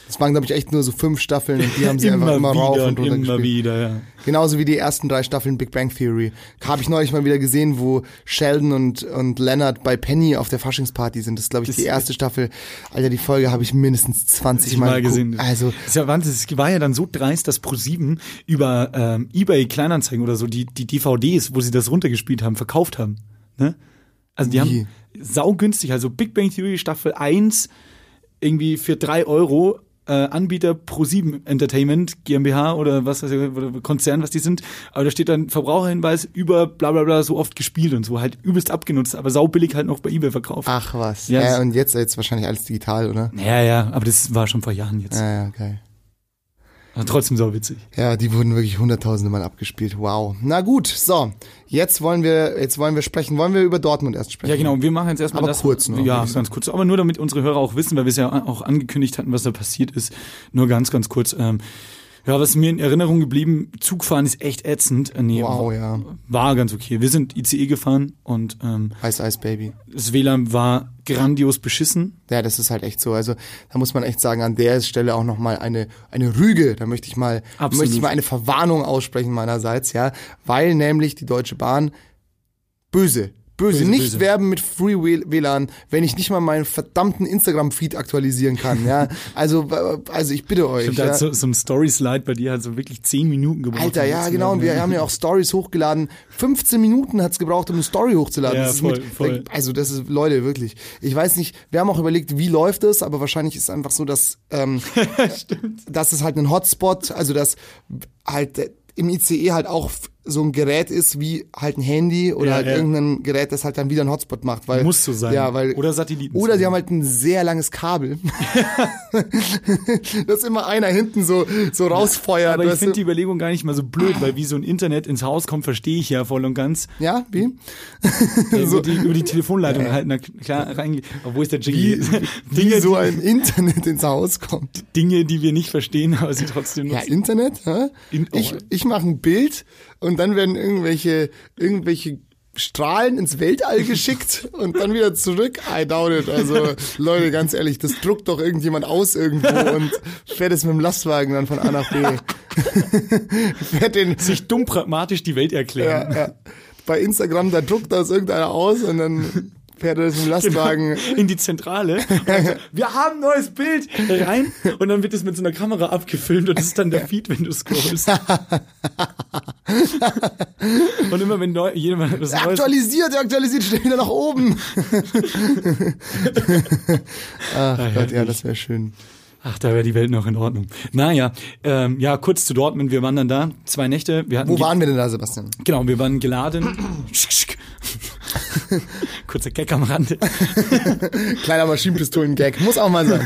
C: Das waren, glaube ich, echt nur so fünf Staffeln und die haben sie
B: Immer,
C: einfach immer
B: wieder
C: rauf und
B: und
C: runter
B: immer
C: gespielt.
B: wieder, ja.
C: Genauso wie die ersten drei Staffeln Big Bang Theory. Habe ich neulich mal wieder gesehen, wo Sheldon und, und Leonard bei Penny auf der Faschingsparty sind. Das ist, glaube ich, die erste Staffel. Alter, die Folge habe ich mindestens 20
B: Mal,
C: Mal,
B: mal
C: geguckt.
B: gesehen.
C: Also,
B: Das ist ja Wahnsinn. Es war ja dann so dreist, dass ProSieben über ähm, eBay Kleinanzeigen oder so die, die DVDs, wo sie das runtergespielt haben, verkauft haben. Ne? Also die
C: Wie?
B: haben saugünstig, also Big Bang Theory Staffel 1 irgendwie für 3 Euro äh, Anbieter ProSieben Entertainment GmbH oder was weiß ich, oder Konzern, was die sind. Aber da steht dann Verbraucherhinweis über bla bla bla so oft gespielt und so halt übelst abgenutzt, aber saubillig halt noch bei eBay verkauft.
C: ach was.
B: Ja,
C: Ja,
B: das-
C: und jetzt, jetzt wahrscheinlich alles digital, oder?
B: Ja, ja, aber das war schon vor Jahren jetzt.
C: Ja, ja, geil.
B: Aber trotzdem sauwitzig.
C: Ja, die wurden wirklich hunderttausende Mal abgespielt. Wow. Na gut, so. Jetzt wollen wir, jetzt wollen wir sprechen. Wollen wir über Dortmund erst sprechen?
B: Ja, genau. Wir machen jetzt erstmal
C: Aber
B: das.
C: kurz nur,
B: Ja,
C: würde ich
B: ganz kurz. Aber nur damit unsere Hörer auch wissen, weil wir es ja auch angekündigt hatten, was da passiert ist. Nur ganz, ganz kurz. Ähm, ja, was mir in Erinnerung geblieben, Zugfahren ist echt ätzend. Äh, Nee,
C: Wow,
B: war,
C: ja.
B: war ganz okay. Wir sind ICE gefahren und ähm,
C: Ice Ice Baby.
B: das WLAN war grandios beschissen.
C: Ja, das ist halt echt so. Also da muss man echt sagen, an der Stelle auch nochmal eine, eine Rüge. Da möchte ich mal,
B: Absolut.
C: möchte ich mal eine Verwarnung aussprechen meinerseits, ja. Weil nämlich die Deutsche Bahn böse. Böse,
B: Böse,
C: nicht
B: böse.
C: werben mit Free Wheel- WLAN, wenn ich nicht mal meinen verdammten Instagram-Feed aktualisieren kann, ja. Also, w- also ich bitte euch.
B: Stimmt, da
C: ja.
B: hat so, so ein Story-Slide bei dir hat so wirklich zehn Minuten gebraucht.
C: Alter,
B: um
C: ja,
B: hochzuladen.
C: genau. Und wir haben ja auch Stories hochgeladen. 15 Minuten hat's gebraucht, um eine Story hochzuladen.
B: Ja,
C: das ist
B: voll, voll.
C: Also, das ist, Leute, wirklich. Ich weiß nicht, wir haben auch überlegt, wie läuft es, aber wahrscheinlich ist einfach so, dass, ähm, dass es halt ein Hotspot, also dass halt äh, im ICE halt auch f- so ein Gerät ist wie halt ein Handy oder
B: Ja,
C: halt
B: ja.
C: irgendein Gerät, das halt dann wieder ein Hotspot macht. Weil,
B: Muss so sein.
C: Ja, weil,
B: Oder Satelliten.
C: Oder sie haben halt ein sehr langes Kabel. dass immer einer hinten so, so rausfeuert.
B: aber ich
C: weißt du?
B: finde die Überlegung gar nicht mal so blöd, weil wie so ein Internet ins Haus kommt, verstehe ich ja voll und ganz.
C: ja, wie?
B: Ja, über, die, über die Telefonleitung halt, na klar, reinge- Aber wo ist der Jingle?
C: wie
B: Dinge,
C: so ein Internet ins Haus kommt.
B: Dinge, die wir nicht verstehen, aber sie trotzdem
C: Ja,
B: nutzen.
C: Internet, hä?
B: In- oh.
C: ich ich mache ein Bild und dann werden irgendwelche, irgendwelche Strahlen ins Weltall geschickt und dann wieder zurück. I doubt it. Also Leute, ganz ehrlich, das druckt doch irgendjemand aus irgendwo und fährt es mit dem Lastwagen dann von A nach B. fährt den
B: Sich dumm pragmatisch die Welt erklären.
C: ja, ja. bei Instagram, da druckt das irgendeiner aus und dann fährt er das mit
B: Genau.
C: dem Lastwagen.
B: in die Zentrale. Und dann so, wir haben ein neues Bild rein und dann wird es mit so einer Kamera abgefilmt und das ist dann der Feed, wenn du scrollst. und immer wenn neu, jemand was Neues
C: Aktualisiert, aktualisiert, schnell wieder nach oben. Ach Gott, ja, das wäre schön.
B: Ah, Ach, da wäre die Welt noch in Ordnung. Naja, ähm, ja, kurz zu Dortmund. Wir waren dann da, zwei Nächte. Wir hatten
C: Wo
B: die,
C: waren wir denn da, Sebastian?
B: Genau, wir waren geladen. Schick, schick. Kurzer Gag am Rande.
C: Kleiner Maschinenpistolen-Gag, muss auch mal sein.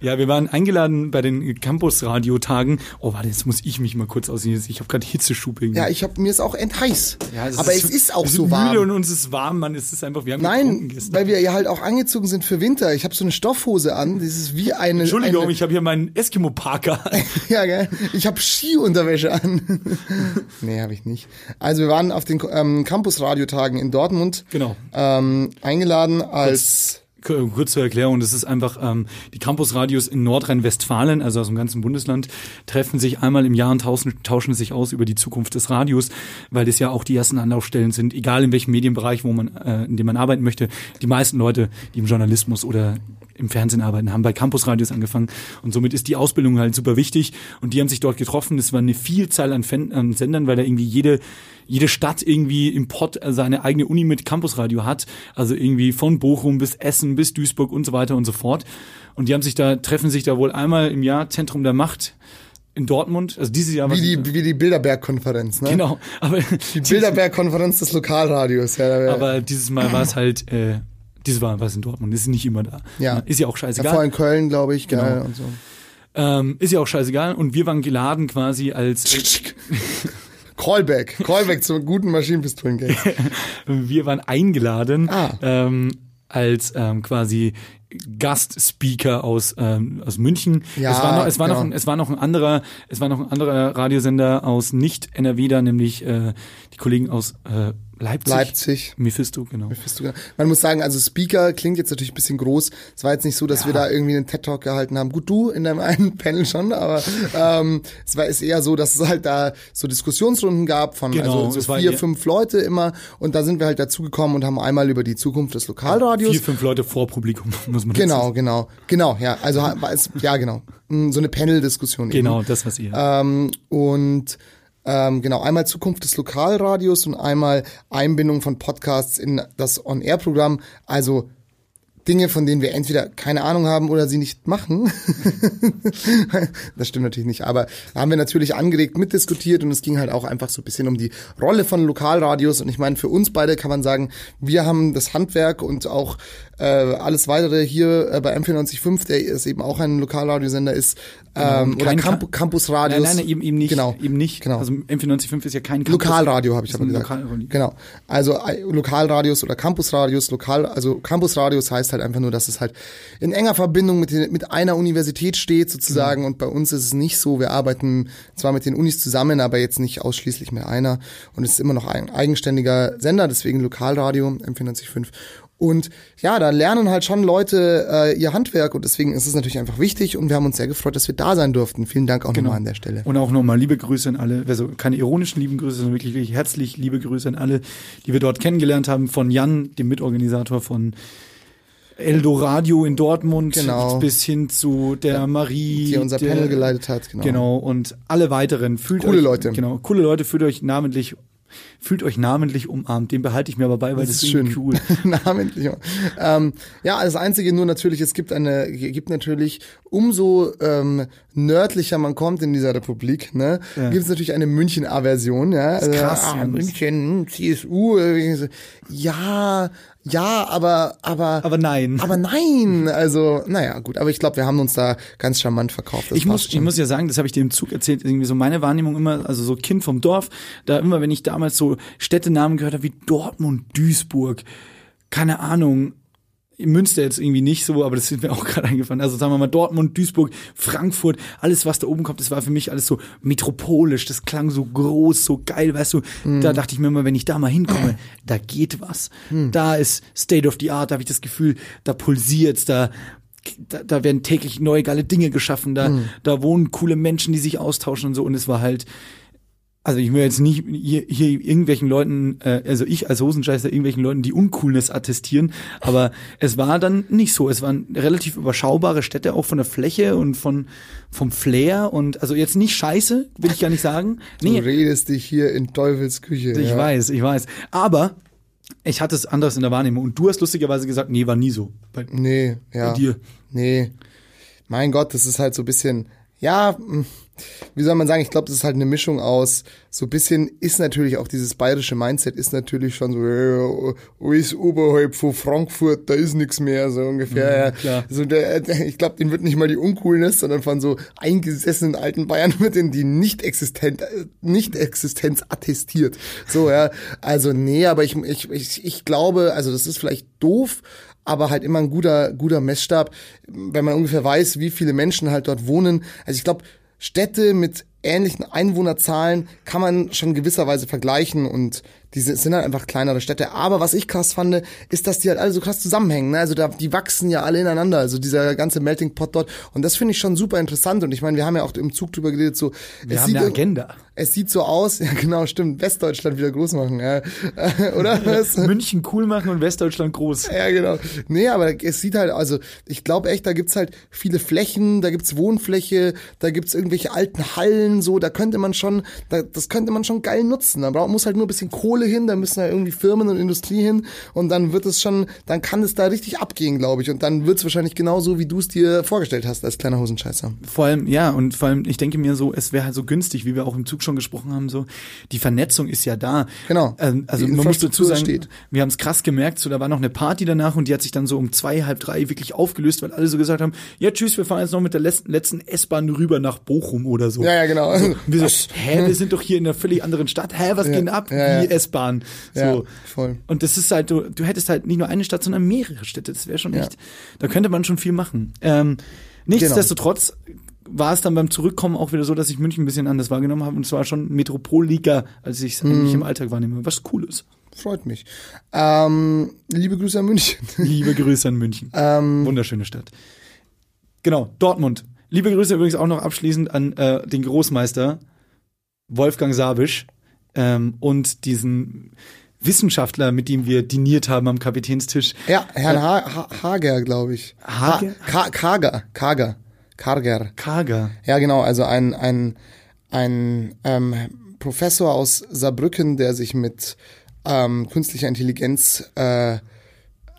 B: Ja, wir waren eingeladen bei den Campus-Radiotagen. Oh, warte, jetzt muss ich mich mal kurz aussehen. Ich habe gerade Hitzeschub irgendwie.
C: Ja, ich hab, mir ist auch entheiß.
B: Ja,
C: Aber es ist auch
B: wir sind
C: so
B: Müde und
C: warm.
B: uns ist warm, Mann. Es ist einfach, wir haben getrunken
C: Nein,
B: gestern.
C: weil wir ja halt auch angezogen sind für Winter. Ich habe so eine Stoffhose an, das ist wie eine...
B: Entschuldigung,
C: eine,
B: ich habe hier meinen Eskimo-Parker.
C: Ja, gell? Ich habe Skiunterwäsche an. nee, habe ich nicht. Also wir waren auf den ähm, Campus-Radiotagen in Dortmund
B: genau.
C: ähm, eingeladen als...
B: K- Kurz zur Erklärung, das ist einfach, ähm, die Campusradios in Nordrhein-Westfalen, also aus dem ganzen Bundesland, treffen sich einmal im Jahr und tauschen, tauschen sich aus über die Zukunft des Radios, weil das ja auch die ersten Anlaufstellen sind, egal in welchem Medienbereich, wo man, äh, in dem man arbeiten möchte. Die meisten Leute, die im Journalismus oder im Fernsehen arbeiten, haben bei Campusradios angefangen und somit ist die Ausbildung halt super wichtig und die haben sich dort getroffen. Es war eine Vielzahl an, Fan an Sendern, weil da irgendwie jede jede Stadt irgendwie im Pott äh, seine eigene Uni mit Campusradio hat, also irgendwie von Bochum bis Essen bis Duisburg und so weiter und so fort. Und die haben sich da treffen sich da wohl einmal im Jahr Zentrum der Macht in Dortmund. Also dieses Jahr war
C: Wie die, wie die Bilderberg-Konferenz, ne?
B: genau, aber
C: Die Bilderberg-Konferenz des Lokalradios, ja. Da wär,
B: aber dieses Mal war es halt äh, dieses Mal war es in Dortmund, ist nicht immer da.
C: Ja.
B: Ist ja auch scheißegal. Genau.
C: davor in Köln, glaube ich, geil und so.
B: Ähm, ist ja auch scheißegal. Und wir waren geladen quasi als,
C: Callback, Callback zum guten Maschinenpistolen-Gag.
B: wir waren eingeladen
C: Ah.
B: ähm, als ähm, quasi Gastspeaker aus ähm, aus München.
C: Ja,
B: es war noch, es war noch,
C: genau.
B: ein, es war noch ein anderer, es war noch ein anderer Radiosender aus nicht NRW da, nämlich äh, die Kollegen aus äh, Leipzig.
C: Leipzig.
B: Mephisto, genau.
C: Bist du- Man muss sagen, also Speaker klingt jetzt natürlich ein bisschen groß. Es war jetzt nicht so, dass wir da irgendwie einen TED-Talk gehalten haben. Gut, du in deinem einen Panel schon, aber ähm, es war ist eher so, dass es halt da so Diskussionsrunden gab von
B: Genau,
C: also
B: es
C: so
B: war
C: vier,
B: eher-
C: fünf Leute immer. Und da sind wir halt dazugekommen und haben einmal über die Zukunft des Lokalradios
B: Vier, fünf Leute vor Publikum, muss man
C: Genau, genau, genau, ja. Also ha- war es, ja, genau. Mm, So eine Panel-Diskussion. eben.
B: dazu Genau, das was ihr.
C: Ähm, und ähm, genau, einmal Zukunft des Lokalradios und einmal Einbindung von Podcasts in das On-Air-Programm. Also Dinge, von denen wir entweder keine Ahnung haben oder sie nicht machen. das stimmt natürlich nicht, aber haben wir natürlich angeregt mitdiskutiert und es ging halt auch einfach so ein bisschen um die Rolle von Lokalradios. Und ich meine, für uns beide kann man sagen, wir haben das Handwerk und auch äh, alles weitere hier äh, bei M945, der ist eben auch ein Lokalradiosender ist, ähm, oder
B: kein
C: Camp
B: Ka-
C: Campusradios.
B: Nein, nein, nein, eben, eben nicht.
C: Genau.
B: Eben nicht.
C: Genau.
B: Also M495 ist ja kein Campus-
C: Lokalradio habe ich
B: Ist
C: aber
B: ein
C: gesagt.
B: Lokalradio.
C: Genau. Also äh, Lokalradios oder Campusradios, lokal also Campusradios heißt halt einfach nur, dass es halt in enger Verbindung mit den, mit einer Universität steht sozusagen
B: Mhm.
C: und bei uns ist es nicht so, wir arbeiten zwar mit den Unis zusammen, aber jetzt nicht ausschließlich mit einer und es ist immer noch ein eigenständiger Sender, deswegen Lokalradio M495 und ja, da lernen halt schon Leute äh, ihr Handwerk und deswegen ist es natürlich einfach wichtig und wir haben uns sehr gefreut, dass wir da sein durften. Vielen Dank auch
B: Genau.
C: nochmal an der Stelle.
B: Und auch nochmal liebe Grüße an alle, also keine ironischen lieben Grüße, sondern wirklich, wirklich herzlich liebe Grüße an alle, die wir dort kennengelernt haben, von Jan, dem Mitorganisator von Eldoradio in Dortmund,
C: Genau.
B: bis hin zu der Marie,
C: die unser
B: der,
C: Panel geleitet hat, genau.
B: Genau, und alle weiteren. Fühlt
C: Coole
B: euch,
C: Leute.
B: Genau, coole Leute, fühlt euch namentlich, fühlt euch namentlich umarmt, den behalte ich mir aber bei, weil das,
C: ist
B: ist irgendwie
C: schön.
B: cool.
C: Namentlich. Ähm, ja, das Einzige nur natürlich, es gibt eine, gibt natürlich, umso ähm, nördlicher man kommt in dieser Republik, ne, gibt es natürlich eine München-Aversion. Ja? Also,
B: krass,
C: Ah,
B: ja.
C: München, hm, CSU. äh, so. Ja, ja, aber, aber,
B: Aber nein.
C: aber nein. Also, naja, gut. Aber ich glaube, wir haben uns da ganz charmant verkauft. Das
B: ich muss,
C: passt
B: ich
C: schon.
B: muss ja sagen, das habe ich dir im Zug erzählt, irgendwie so meine Wahrnehmung immer, also so Kind vom Dorf, da immer, wenn ich damals so Städtenamen gehört habe wie Dortmund, Duisburg, keine Ahnung, Münster jetzt irgendwie nicht so, aber das sind mir auch gerade eingefallen. Also sagen wir mal Dortmund, Duisburg, Frankfurt, alles was da oben kommt, das war für mich alles so metropolisch, das klang so groß, so geil, weißt du.
C: Hm.
B: Da dachte ich mir immer, wenn ich da mal hinkomme, da geht was.
C: Hm.
B: Da ist State of the Art, da habe ich das Gefühl, da pulsiert's, da da, da werden täglich neue geile Dinge geschaffen, da,
C: Mhm.
B: da wohnen coole Menschen, die sich austauschen und so. Und es war halt, also ich will jetzt nicht hier, hier irgendwelchen Leuten, äh, also ich als Hosenscheißer irgendwelchen Leuten die Uncoolness attestieren, aber es war dann nicht so. Es waren relativ überschaubare Städte, auch von der Fläche und von vom Flair und also jetzt nicht scheiße, will ich gar nicht sagen.
C: Du
B: Nee,
C: redest dich hier in Teufels Küche.
B: ich
C: ja.
B: weiß, ich weiß. Aber ich hatte es anders in der Wahrnehmung und du hast lustigerweise gesagt, nee, war nie so. Bei
C: Nee, ja.
B: dir.
C: Nee. Mein Gott, das ist halt so ein bisschen, ja, mh, wie soll man sagen, ich glaube, das ist halt eine Mischung aus, so ein bisschen ist natürlich auch dieses bayerische Mindset, ist natürlich schon so, äh, wo ist oberhalb von Frankfurt, da ist nichts mehr, so ungefähr.
B: Mhm, klar.
C: So der, der- ich glaube, den wird nicht mal die Uncoolness, sondern von so eingesessenen alten Bayern wird in die Nicht-Existent, äh, Nicht-Existenz attestiert. So, ja. Also, nee, aber ich, ich, ich, ich glaube, also das ist vielleicht doof, aber halt immer ein guter, guter Messstab, wenn man ungefähr weiß, wie viele Menschen halt dort wohnen. Also ich glaube, Städte mit ähnlichen Einwohnerzahlen kann man schon gewisserweise vergleichen und diese sind halt einfach kleinere Städte. Aber was ich krass fand, ist, dass die halt alle so krass zusammenhängen. Ne? Also da, die wachsen ja alle ineinander, also dieser ganze Melting Pot dort. Und das finde ich schon super interessant. Und ich meine, wir haben ja auch im Zug drüber geredet, so
B: Wir haben eine Agenda.
C: es sieht so aus, ja genau, stimmt, Westdeutschland wieder groß machen, ja. oder? Was?
B: München cool machen und Westdeutschland groß.
C: Ja, genau. Nee, aber es sieht halt, also ich glaube echt, da gibt's halt viele Flächen, da gibt's Wohnfläche, da gibt's irgendwelche alten Hallen, so, da könnte man schon, da, das könnte man schon geil nutzen. Da braucht, muss halt nur ein bisschen Kohle hin, da müssen halt irgendwie Firmen und Industrie hin und dann wird es schon, dann kann es da richtig abgehen, glaube ich. Und dann wird's wahrscheinlich genauso, wie du es dir vorgestellt hast als kleiner Hosenscheißer.
B: Vor allem, ja, und vor allem, ich denke mir so, es wäre halt so günstig, wie wir auch im Zug schon gesprochen haben, so, die Vernetzung ist ja da.
C: Genau.
B: Ähm, also
C: Die
B: man muss dazu
C: Infrastruktur
B: sagen,
C: steht.
B: wir haben es krass gemerkt, so, da war noch eine Party danach und die hat sich dann so um zwei, halb drei wirklich aufgelöst, weil alle so gesagt haben, ja tschüss, wir fahren jetzt noch mit der letzten, letzten S-Bahn rüber nach Bochum oder so.
C: Ja, ja, genau.
B: Und wir so, hä, wir sind doch hier in einer völlig anderen Stadt, hä, was geht denn ab?
C: ja,
B: Wie
C: ja.
B: S-Bahn. So.
C: Ja, voll.
B: Und das ist halt, du, du hättest halt nicht nur eine Stadt, sondern mehrere Städte. Das wäre schon echt, da könnte man schon viel machen. Ähm, nichtsdestotrotz war es dann beim Zurückkommen auch wieder so, dass ich München ein bisschen anders wahrgenommen habe und zwar schon Metropoliger, als ich es
C: Mhm.
B: eigentlich im Alltag wahrnehme. Was cool ist.
C: Freut mich. Ähm, liebe Grüße an München.
B: Liebe Grüße an München.
C: Ähm.
B: Wunderschöne Stadt. Genau, Dortmund. Liebe Grüße übrigens auch noch abschließend an äh, den Großmeister Wolfgang Sabisch ähm, und diesen Wissenschaftler, mit dem wir diniert haben am Kapitänstisch.
C: Ja, Herrn ha ha Hager, glaube ich.
B: Hager?
C: Ha Ka Kager, Kager, Karger.
B: Karger.
C: Ja, genau, also ein, ein, ein ähm, Professor aus Saarbrücken, der sich mit ähm, künstlicher Intelligenz äh,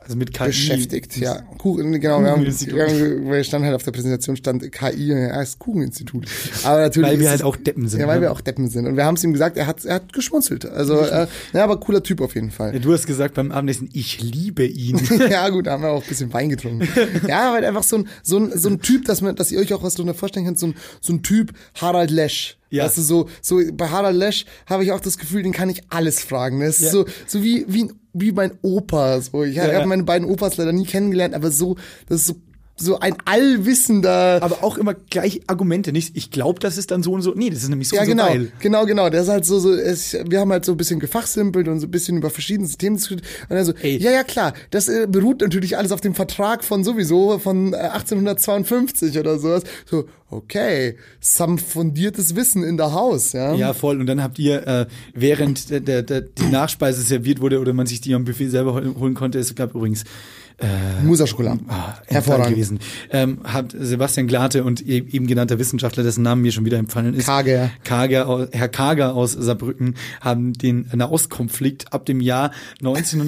B: Also mit KI.
C: beschäftigt. Ja, Kuchen, genau, wir, haben,
B: Kucheninstitut.
C: wir, haben, wir standen halt auf der Präsentation, stand KI, ja, das Kucheninstitut. Aber natürlich
B: Weil wir
C: ist
B: halt
C: es-
B: auch Deppen sind.
C: Ja, weil
B: ne?
C: wir auch Deppen sind. Und wir haben es ihm gesagt, er hat, er hat geschmunzelt. Also, äh, ja, aber cooler Typ auf jeden Fall.
B: Ja, du hast gesagt beim Abendessen, ich liebe ihn.
C: Ja, gut, da haben wir auch ein bisschen Wein getrunken. Ja, weil einfach so ein, so ein, so ein Typ, dass, man, dass ihr euch auch was drunter vorstellen könnt, so ein, so ein Typ Harald Lesch.
B: Ja.
C: Ja. Weißt du, so, so bei Harald Lesch habe ich auch das Gefühl, den kann ich alles fragen. Das ist
B: Ja.
C: so, so wie, wie, wie mein Opa. So. Ich
B: Ja,
C: habe
B: ja.
C: meine beiden Opas leider nie kennengelernt, aber so, das ist so, so ein allwissender.
B: Aber auch immer gleich Argumente, nicht? Ich glaube, das ist dann so und so. Nee, das ist nämlich so
C: ja,
B: und so
C: genau,
B: geil.
C: genau, genau. Der ist halt so, so es, wir haben halt so ein bisschen gefachsimpelt und so ein bisschen über verschiedene Themen diskutiert. Und er so,
B: Ey.
C: ja, ja, klar, das äh, beruht natürlich alles auf dem Vertrag von sowieso, von äh, 1852 oder sowas. So, okay, some fundiertes Wissen in der Haus, ja.
B: Ja, voll. Und dann habt ihr, äh, während der, der, der, die Nachspeise serviert wurde oder man sich die am Buffet selber hol- holen konnte, es gab übrigens
C: Musa-Schokolade.
B: ah, hervorragend
C: Hervorragend.
B: gewesen, ähm, hat Sebastian Glate und e- eben genannter Wissenschaftler, dessen Namen mir schon wieder empfallen ist,
C: Kager.
B: Kager, au- Herr Kager aus Saarbrücken, haben den Nahostkonflikt ab dem Jahr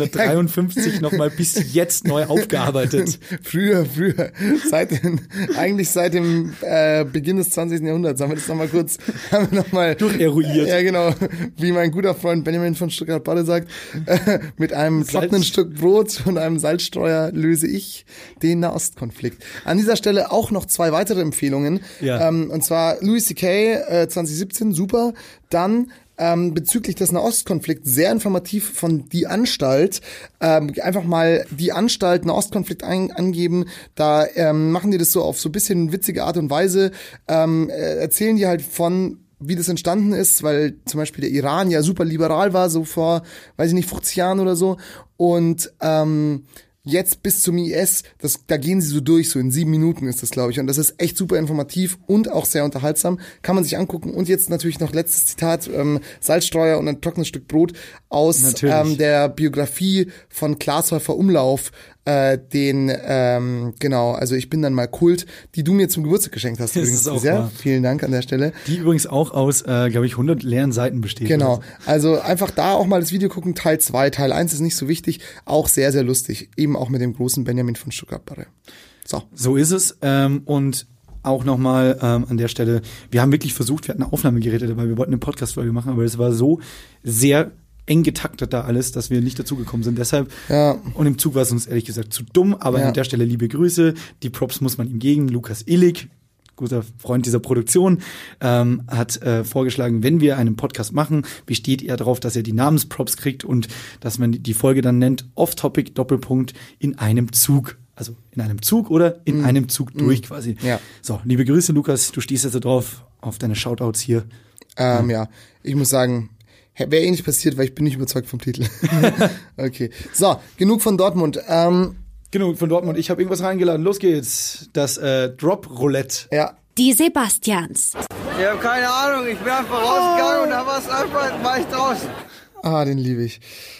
B: 1953 nochmal bis jetzt neu aufgearbeitet.
C: Früher, früher, seit den, eigentlich seit dem äh, Beginn des 20. Jahrhunderts haben wir das nochmal kurz, haben wir nochmal
B: Durcheruiert.
C: Ja, genau. Wie mein guter Freund Benjamin von Stuttgart-Barre sagt, äh, mit einem trockenen Stück Brot und einem Salzstreuer löse ich den Nahostkonflikt. An dieser Stelle auch noch zwei weitere Empfehlungen.
B: Ja.
C: Ähm, und zwar Louis C.K. Äh, 2017, super. Dann ähm, bezüglich des Nahostkonflikts sehr informativ von Die Anstalt. Ähm, einfach mal Die Anstalt Nahostkonflikt ein, angeben. Da ähm, machen die das so auf so ein bisschen witzige Art und Weise. Ähm, äh, erzählen die halt von wie das entstanden ist, weil zum Beispiel der Iran ja super liberal war, so vor, weiß ich nicht, 50 Jahren oder so. Und ähm, jetzt bis zum IS, das, da gehen sie so durch, so in sieben Minuten ist das, glaube ich. Und das ist echt super informativ und auch sehr unterhaltsam. Kann man sich angucken. Und jetzt natürlich noch letztes Zitat, ähm, Salzstreuer und ein trockenes Stück Brot aus
B: Natürlich.
C: ähm, der Biografie von Glashäufer Umlauf, äh, den, ähm, genau, also ich bin dann mal Kult, die du mir zum Geburtstag geschenkt hast.
B: Das
C: Übrigens,
B: ist auch
C: sehr.
B: wahr.
C: Vielen Dank an der Stelle.
B: Die übrigens auch aus, äh, glaube ich, 100 leeren Seiten besteht.
C: Genau.
B: Also,
C: Also einfach da auch mal das Video gucken, Teil 2, Teil 1 ist nicht so wichtig, auch sehr, sehr lustig. Eben auch mit dem großen Benjamin von Stuttgart-Barre. So.
B: So ist es. Ähm, und auch nochmal ähm, an der Stelle, wir haben wirklich versucht, wir hatten Aufnahmegeräte dabei, wir wollten eine Podcast-Folge machen, aber es war so sehr eng getaktet da alles, dass wir nicht dazugekommen sind. Deshalb,
C: Ja.
B: und im Zug war es uns ehrlich gesagt zu dumm, aber
C: Ja.
B: an der Stelle liebe Grüße. Die Props muss man ihm gegen. Lukas Illig, guter Freund dieser Produktion, ähm, hat äh, vorgeschlagen, wenn wir einen Podcast machen, besteht er darauf, dass er die Namensprops kriegt und dass man die Folge dann nennt Off-Topic Doppelpunkt in einem Zug. Also in einem Zug oder in einem Zug durch quasi.
C: Ja.
B: So, liebe Grüße, Lukas. Du stehst jetzt da drauf auf deine Shoutouts hier.
C: Ähm, ja. ich muss sagen, wäre eh nicht passiert, weil ich bin nicht überzeugt vom Titel. okay. So, genug von Dortmund. Ähm,
B: Genau, von Dortmund. Ich habe irgendwas reingeladen. Los geht's. Das äh, Drop-Roulette.
C: ja,
E: Die Sebastians.
G: Ich habe keine Ahnung, ich bin einfach rausgegangen und da war es einfach, war ich draußen.
C: ah, den liebe ich.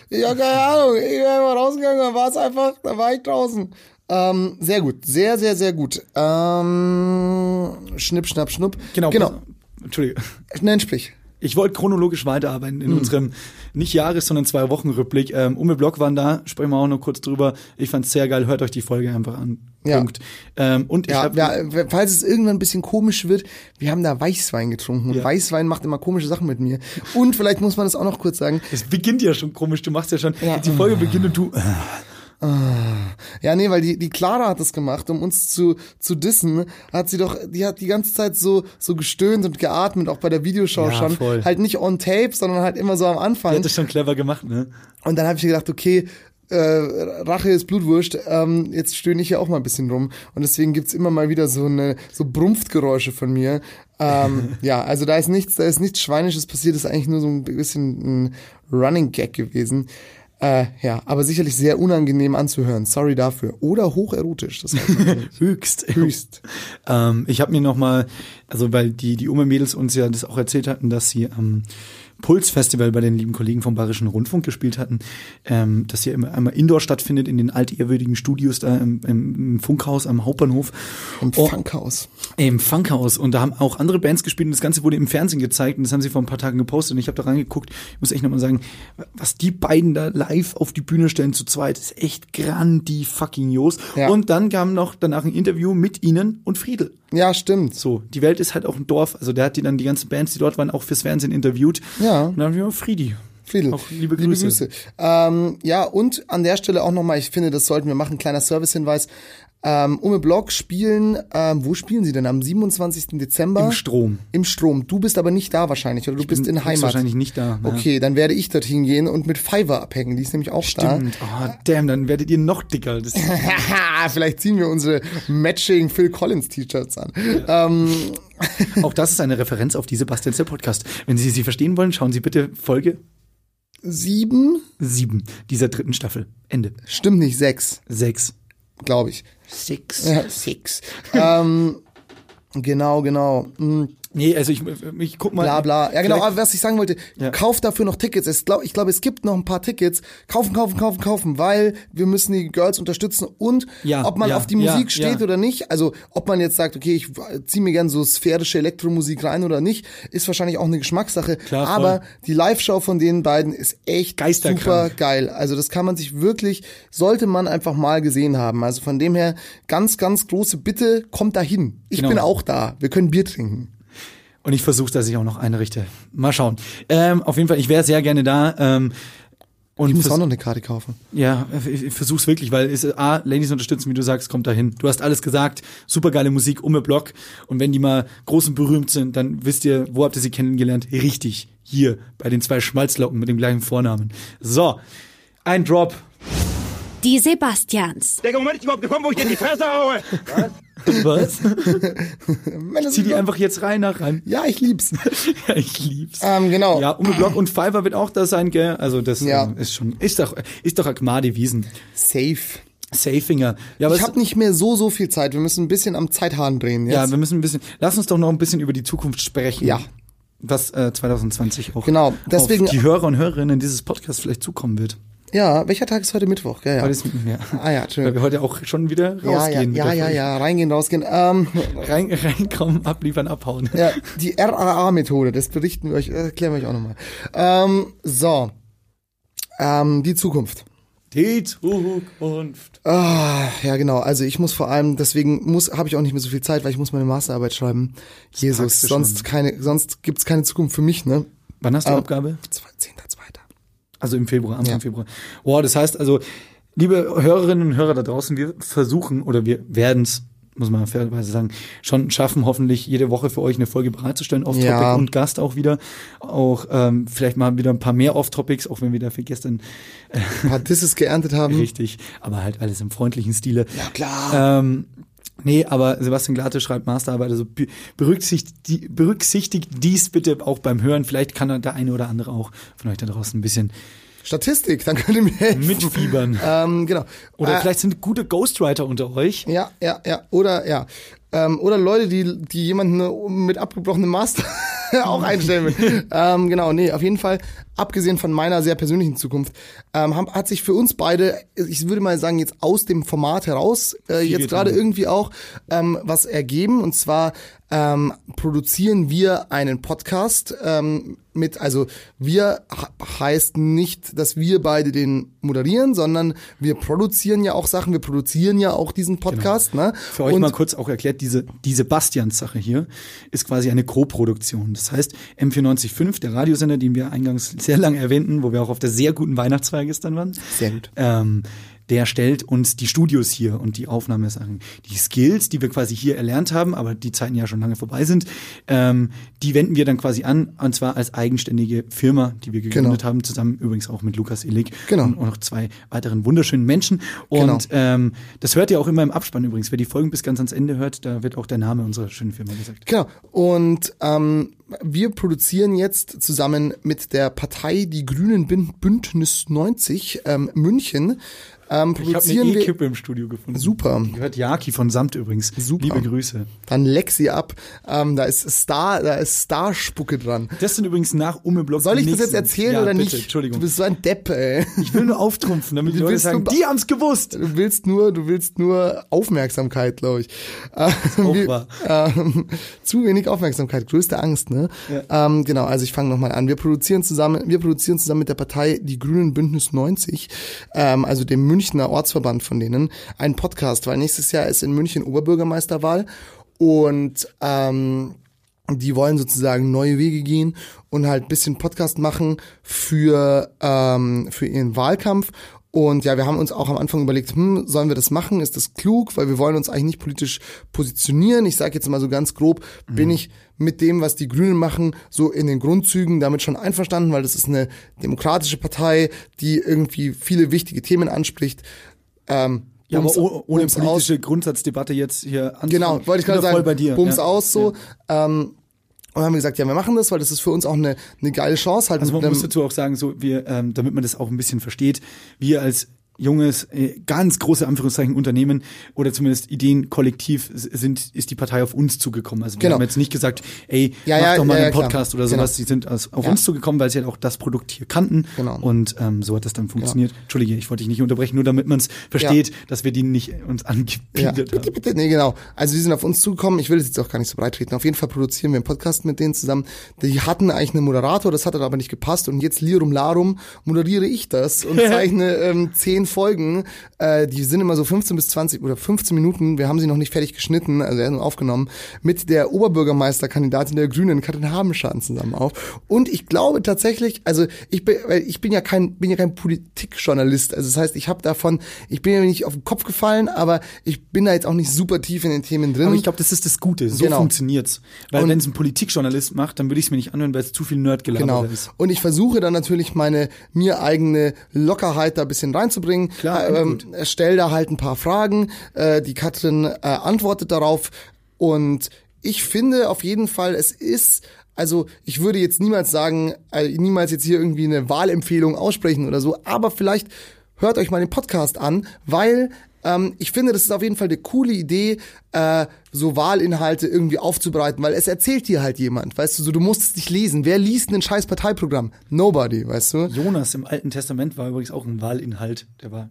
C: Ich habe keine Ahnung, ich bin einfach rausgegangen, dann war es einfach, da war ich draußen. Ähm, sehr gut, sehr, sehr, sehr gut. Ähm, schnipp, schnapp, schnupp. Genau.
B: Entschuldigung.
C: Nenn sprich.
B: Ich wollte chronologisch weiterarbeiten
C: Mhm.
B: in unserem nicht Jahres, sondern zwei Wochen Rückblick. Ähm, Umme Block waren da, sprechen wir auch noch kurz drüber. Ich fand's sehr geil, hört euch die Folge einfach an.
C: Ja.
B: Punkt. Ähm, und ich
C: Ja,
B: hab,
C: ja, falls es irgendwann ein bisschen komisch wird, wir haben da Weißwein getrunken und
B: Ja.
C: Weißwein macht immer komische Sachen mit mir. Und vielleicht muss man das auch noch kurz sagen.
B: es beginnt ja schon komisch, du machst ja schon,
C: Ja.
B: die Folge beginnt und du, äh,
C: Ja, nee, weil die, die Clara hat das gemacht, um uns zu, zu dissen, hat sie doch, die hat die ganze Zeit so, so gestöhnt und geatmet, auch bei der Videoshow
B: Ja,
C: schon.
B: voll.
C: Halt nicht on tape, sondern halt immer so am Anfang.
B: hat das schon clever gemacht, ne?
C: Und dann habe ich gedacht, okay, äh, Rache ist Blutwurst, ähm, jetzt stöhne ich hier auch mal ein bisschen rum. Und deswegen gibt's immer mal wieder so eine so Brumpftgeräusche von mir. Ähm, ja, also da ist nichts, da ist nichts Schweinisches passiert, das ist eigentlich nur so ein bisschen ein Running Gag gewesen. Äh, ja, aber sicherlich sehr unangenehm anzuhören. Sorry dafür. Oder hocherotisch. Das weiß man nicht.
B: Höchst.
C: Höchst.
B: Ähm, ich habe mir nochmal, also weil die, die Umme-Mädels uns ja das auch erzählt hatten, dass sie am Puls-Festival bei den lieben Kollegen vom Bayerischen Rundfunk gespielt hatten, ähm, das hier immer einmal Indoor stattfindet in den altehrwürdigen Studios da im, im, im Funkhaus am Hauptbahnhof.
C: Im
B: Oh.
C: Funkhaus.
B: Im Funkhaus und da haben auch andere Bands gespielt und das Ganze wurde im Fernsehen gezeigt und das haben sie vor ein paar Tagen gepostet und ich habe da reingeguckt. Ich muss echt nochmal sagen, was die beiden da live auf die Bühne stellen zu zweit, ist echt grandifuckingos.
C: Ja.
B: Und dann kam noch danach ein Interview mit ihnen und Friedel.
C: Ja, stimmt.
B: So, die Welt ist halt auch ein Dorf. Also der hat die dann die ganzen Bands, die dort waren, auch fürs Fernsehen interviewt.
C: Ja.
B: Und dann haben wir auch Friedi.
C: Friedel.
B: Auch liebe Grüße.
C: Ähm, ja, und an der Stelle auch nochmal, ich finde, das sollten wir machen, kleiner Servicehinweis. Ähm, Ume Block spielen, ähm, wo spielen sie denn? Am 27. Dezember?
B: Im Strom.
C: Im Strom. Du bist aber nicht da wahrscheinlich, oder du bist
B: bin
C: in Heimat.
B: höchstwahrscheinlich nicht da, ne? ja.
C: Okay, dann werde ich dorthin gehen und mit Fiverr abhängen. Die ist nämlich auch
B: Stimmt. Oh, damn, dann werdet ihr noch dicker. Das
C: da. Haha, Vielleicht ziehen wir unsere Matching Phil Collins T-Shirts an. Ähm,
B: auch das ist eine Referenz auf die Sebastian Zell Podcast. Wenn Sie sie verstehen wollen, schauen Sie bitte Folge
C: sieben?
B: 7 dieser dritten Staffel. Ende.
C: Stimmt nicht, sechs,
B: 6.
C: glaube ich.
B: Six.
C: Ja, sechs. ähm, genau, genau. Mhm.
B: Nee, also ich, ich guck mal.
C: Bla bla. Ja, genau,
B: Vielleicht-
C: aber was ich sagen wollte,
B: Ja.
C: kauft dafür noch Tickets. Es glaub, ich glaube, es gibt noch ein paar Tickets. Kaufen, kaufen, kaufen, kaufen, weil wir müssen die Girls unterstützen und
B: Ja,
C: ob man
B: ja,
C: auf die
B: ja,
C: Musik steht
B: ja.
C: oder nicht, also ob man jetzt sagt, okay, ich ziehe mir gern so sphärische Elektromusik rein oder nicht, ist wahrscheinlich auch eine Geschmackssache.
B: Klar, voll.
C: aber die Live-Show von den beiden ist echt
B: Geisterkrank.
C: super geil. Also das kann man sich wirklich, sollte man einfach mal gesehen haben. Also von dem her, ganz, ganz große Bitte, kommt da hin. Ich
B: Genau.
C: bin auch da. Wir können Bier trinken.
B: Und ich versuche, dass ich auch noch einrichte. Mal schauen. Ähm, auf jeden Fall, ich wäre sehr gerne da. Ähm, Und
C: Ich muss
B: vers-
C: auch noch eine Karte kaufen.
B: ja, ich, ich versuch's wirklich, weil es, A, Ladies unterstützen, wie du sagst, kommt dahin. Du hast alles gesagt, supergeile Musik, umme Block. Und wenn die mal groß und berühmt sind, dann wisst ihr, wo habt ihr sie kennengelernt? Richtig, hier, bei den zwei Schmalzlocken mit dem gleichen Vornamen. So, ein Drop.
E: Die Sebastians.
D: Der Moment ist überhaupt gekommen, wo ich dir in die Fresse haue.
B: Was?
C: Männer
B: Zieh
C: sind
B: die
C: so-
B: einfach jetzt rein nach rein.
C: Ja, ich lieb's.
B: Ja, ich lieb's.
C: ähm, genau.
B: Ja, Umme Block und Fiverr wird auch da sein, gell? Also das
C: Ja.
B: ähm, ist schon, ist doch, ist doch Akmadi Wiesen.
C: Safe.
B: Safinger. Ja, aber
C: Ich
B: es-
C: habe nicht mehr so, so viel Zeit. Wir müssen ein bisschen am Zeithahn drehen jetzt.
B: ja, wir müssen ein bisschen, lass uns doch noch ein bisschen über die Zukunft sprechen.
C: Ja.
B: Was äh, 2020 auch
C: Genau, deswegen-
B: auf die Hörer und Hörerinnen dieses Podcasts vielleicht zukommen wird.
C: ja, welcher Tag ist heute Mittwoch? Ja, ja.
B: Weil, das, ja,
C: Ah ja,
B: weil wir
C: Entschuldigung.
B: heute auch schon wieder
C: Ja, ja,
B: rausgehen.
C: ja,
B: wieder
C: ja, ja, reingehen, rausgehen. Ähm,
B: Rein, reinkommen, abliefern, abhauen.
C: ja, die RAA-Methode, das berichten wir euch, äh, erklären wir euch auch nochmal. Ähm, so, ähm, die Zukunft.
B: Die Zukunft.
C: Ah, ja, genau. Also ich muss vor allem, deswegen muss, habe ich auch nicht mehr so viel Zeit, weil ich muss meine Masterarbeit schreiben. Jesus,
B: packst du
C: sonst
B: schon.
C: keine, sonst gibt's keine Zukunft für mich, ne?
B: Wann hast du
C: Ähm,
B: Abgabe?
C: 10.2.
B: Also im Februar, Anfang
C: Ja.
B: Februar. Wow, das heißt also, liebe Hörerinnen und Hörer da draußen, wir versuchen oder wir werden es, muss man fairerweise sagen, schon schaffen, hoffentlich jede Woche für euch eine Folge bereitzustellen, Off-Topic
C: Ja.
B: und Gast auch wieder. Auch ähm, vielleicht mal wieder ein paar mehr Off-Topics, auch wenn wir dafür gestern
C: Ein paar Disses geerntet haben.
B: richtig, aber halt alles im freundlichen Stile.
C: Hm. Ja, klar.
B: Ähm, nee, aber Sebastian Glatte schreibt Masterarbeit, also be- berücksichtigt, die, berücksichtigt dies bitte auch beim Hören. Vielleicht kann der eine oder andere auch von euch da draußen ein bisschen
C: Statistik, dann könnt ihr mir helfen.
B: mitfiebern.
C: Ähm, genau.
B: Oder
C: äh,
B: vielleicht sind gute Ghostwriter unter euch.
C: Ja, ja, ja. Oder ja. Ähm, oder Leute, die, die jemanden mit abgebrochenem Master auch einstellen will. ähm, genau, nee, auf jeden Fall, abgesehen von meiner sehr persönlichen Zukunft, ähm, haben, hat sich für uns beide, ich würde mal sagen, jetzt aus dem Format heraus, äh, jetzt
B: getan.
C: gerade irgendwie auch, ähm, was ergeben. Und zwar ähm, produzieren wir einen Podcast ähm, mit, also wir ha- heißt nicht, dass wir beide den moderieren, sondern wir produzieren ja auch Sachen, wir produzieren ja auch diesen Podcast. Ne?
B: Genau. Für euch
C: Und
B: mal kurz auch erklärt, diese, diese Bastians-Sache hier ist quasi eine Co-Produktion. Das heißt, M945, der Radiosender, den wir eingangs sehr lang erwähnten, wo wir auch auf der sehr guten Weihnachtsfeier gestern waren.
C: Sehr gut.
B: Ähm, der stellt uns die Studios hier und die Aufnahmesachen. Die Skills, die wir quasi hier erlernt haben, aber die Zeiten ja schon lange vorbei sind, ähm, die wenden wir dann quasi an, und zwar als eigenständige Firma, die wir gegründet
C: Genau.
B: haben, zusammen übrigens auch mit Lukas Illig
C: Genau.
B: und noch zwei weiteren wunderschönen Menschen. Und
C: Genau.
B: ähm, das hört ihr auch immer im Abspann übrigens. Wer die Folgen bis ganz ans Ende hört, da wird auch der Name unserer schönen Firma gesagt.
C: Genau. Und ähm, wir produzieren jetzt zusammen mit der Partei Die Grünen Bin- Bündnis 90 ähm, München. Ähm, produzieren wir
B: im Studio gefunden. Super.
C: super.
B: Gehört Yaki von Samt übrigens.
C: Super.
B: Liebe Grüße.
C: Dann leck sie ab. Ähm, da ist Star, da ist Starspucke dran.
B: Das sind übrigens nach Umme Block.
C: Soll
B: die
C: ich das jetzt
B: nächsten.
C: erzählen
B: ja,
C: oder
B: bitte,
C: nicht?
B: Entschuldigung.
C: Du bist so ein Depp, ey.
B: ich will nur auftrumpfen, damit die
C: Du
B: Leute
C: bist
B: sagen,
C: nur-
B: die haben's gewusst.
C: Du willst nur, du willst nur Aufmerksamkeit, glaube ich. Ähm,
B: auch
C: wir-
B: wahr.
C: ähm, zu wenig Aufmerksamkeit, größte Angst, ne? Ähm, genau, also ich fange nochmal an. Wir produzieren zusammen, wir produzieren zusammen mit der Partei Die Grünen Bündnis 90, ähm, also dem Münchner Ortsverband von denen, einen Podcast, weil nächstes Jahr ist in München Oberbürgermeisterwahl und ähm, die wollen sozusagen neue Wege gehen und halt ein bisschen Podcast machen für, ähm, für ihren Wahlkampf. Und ja, wir haben uns auch am Anfang überlegt, hm, sollen wir das machen? Ist das klug? Weil wir wollen uns eigentlich nicht politisch positionieren. Ich sage jetzt mal so ganz grob,
B: Mhm.
C: bin ich mit dem, was die Grünen machen, so in den Grundzügen damit schon einverstanden, weil das ist eine demokratische Partei, die irgendwie viele wichtige Themen anspricht. Ähm,
B: Ja, aber
C: Bums-
B: oh- ohne
C: Bums aus-
B: politische Grundsatzdebatte jetzt hier anfangen.
C: Genau, wollte ich
B: Bin
C: gerade
B: da
C: sagen.
B: Voll bei dir.
C: Bums
B: ja.
C: aus so. Ähm, und haben wir gesagt, ja, wir machen das, weil das ist für uns auch eine, eine geile Chance. Halt
B: Also
C: mit
B: man muss
C: einem-
B: dazu auch sagen, so wir, ähm, damit man das auch ein bisschen versteht, wir als junges, äh, ganz große Anführungszeichen Unternehmen oder zumindest Ideenkollektiv s- sind, ist die Partei auf uns zugekommen. Also wir
C: Genau.
B: haben jetzt nicht gesagt, ey,
C: Ja,
B: mach
C: ja,
B: doch mal
C: ja,
B: einen
C: ja,
B: Podcast
C: klar.
B: oder sowas.
C: Genau.
B: Die sind als, auf
C: Ja.
B: uns zugekommen, weil sie halt auch das Produkt hier kannten.
C: Genau.
B: Und ähm, so hat das dann funktioniert. Entschuldige, ich wollte dich nicht unterbrechen, nur damit man es versteht, dass wir die nicht äh, uns
C: ja.
B: angebietet
C: Bitte,
B: haben.
C: bitte. Nee, genau. Also die sind auf uns zugekommen. Ich will das jetzt auch gar nicht so breit treten. Auf jeden Fall produzieren wir einen Podcast mit denen zusammen. Die hatten eigentlich einen Moderator, das hat dann aber nicht gepasst. Und jetzt Lirum Larum moderiere ich das und zeichne ähm, zehn Folgen, äh, die sind immer so 15 bis 20 oder 15 Minuten, wir haben sie noch nicht fertig geschnitten, also erst nur aufgenommen, mit der Oberbürgermeisterkandidatin der Grünen, Katrin Habenschan, zusammen auf. Und ich glaube tatsächlich, also ich bin, weil ich bin ja kein, bin ja kein Politikjournalist, also das heißt, ich habe davon, ich bin ja nicht auf den Kopf gefallen, aber ich bin da jetzt auch nicht super tief in den Themen drin.
B: Aber ich glaube, das ist das Gute. So
C: Genau.
B: funktioniert's. Weil
C: Und-
B: wenn es ein Politikjournalist macht, dann würde ich es mir nicht anhören, weil es zu viel Nerdgelaber
C: Genau.
B: ist.
C: Und ich versuche dann natürlich meine mir eigene Lockerheit da ein bisschen reinzubringen.
B: Klar,
C: ähm, stell da halt ein paar Fragen. Äh, die Katrin äh, antwortet darauf. Und ich finde auf jeden Fall, es ist, also ich würde jetzt niemals sagen, äh, niemals jetzt hier irgendwie eine Wahlempfehlung aussprechen oder so, aber vielleicht hört euch mal den Podcast an, weil ähm, ich finde, das ist auf jeden Fall eine coole Idee, äh, so Wahlinhalte irgendwie aufzubereiten, weil es erzählt dir halt jemand, weißt du, so, du musst es nicht lesen. Wer liest ein scheiß Parteiprogramm? Nobody, weißt du?
B: Jonas im Alten Testament war übrigens auch ein Wahlinhalt. Der war.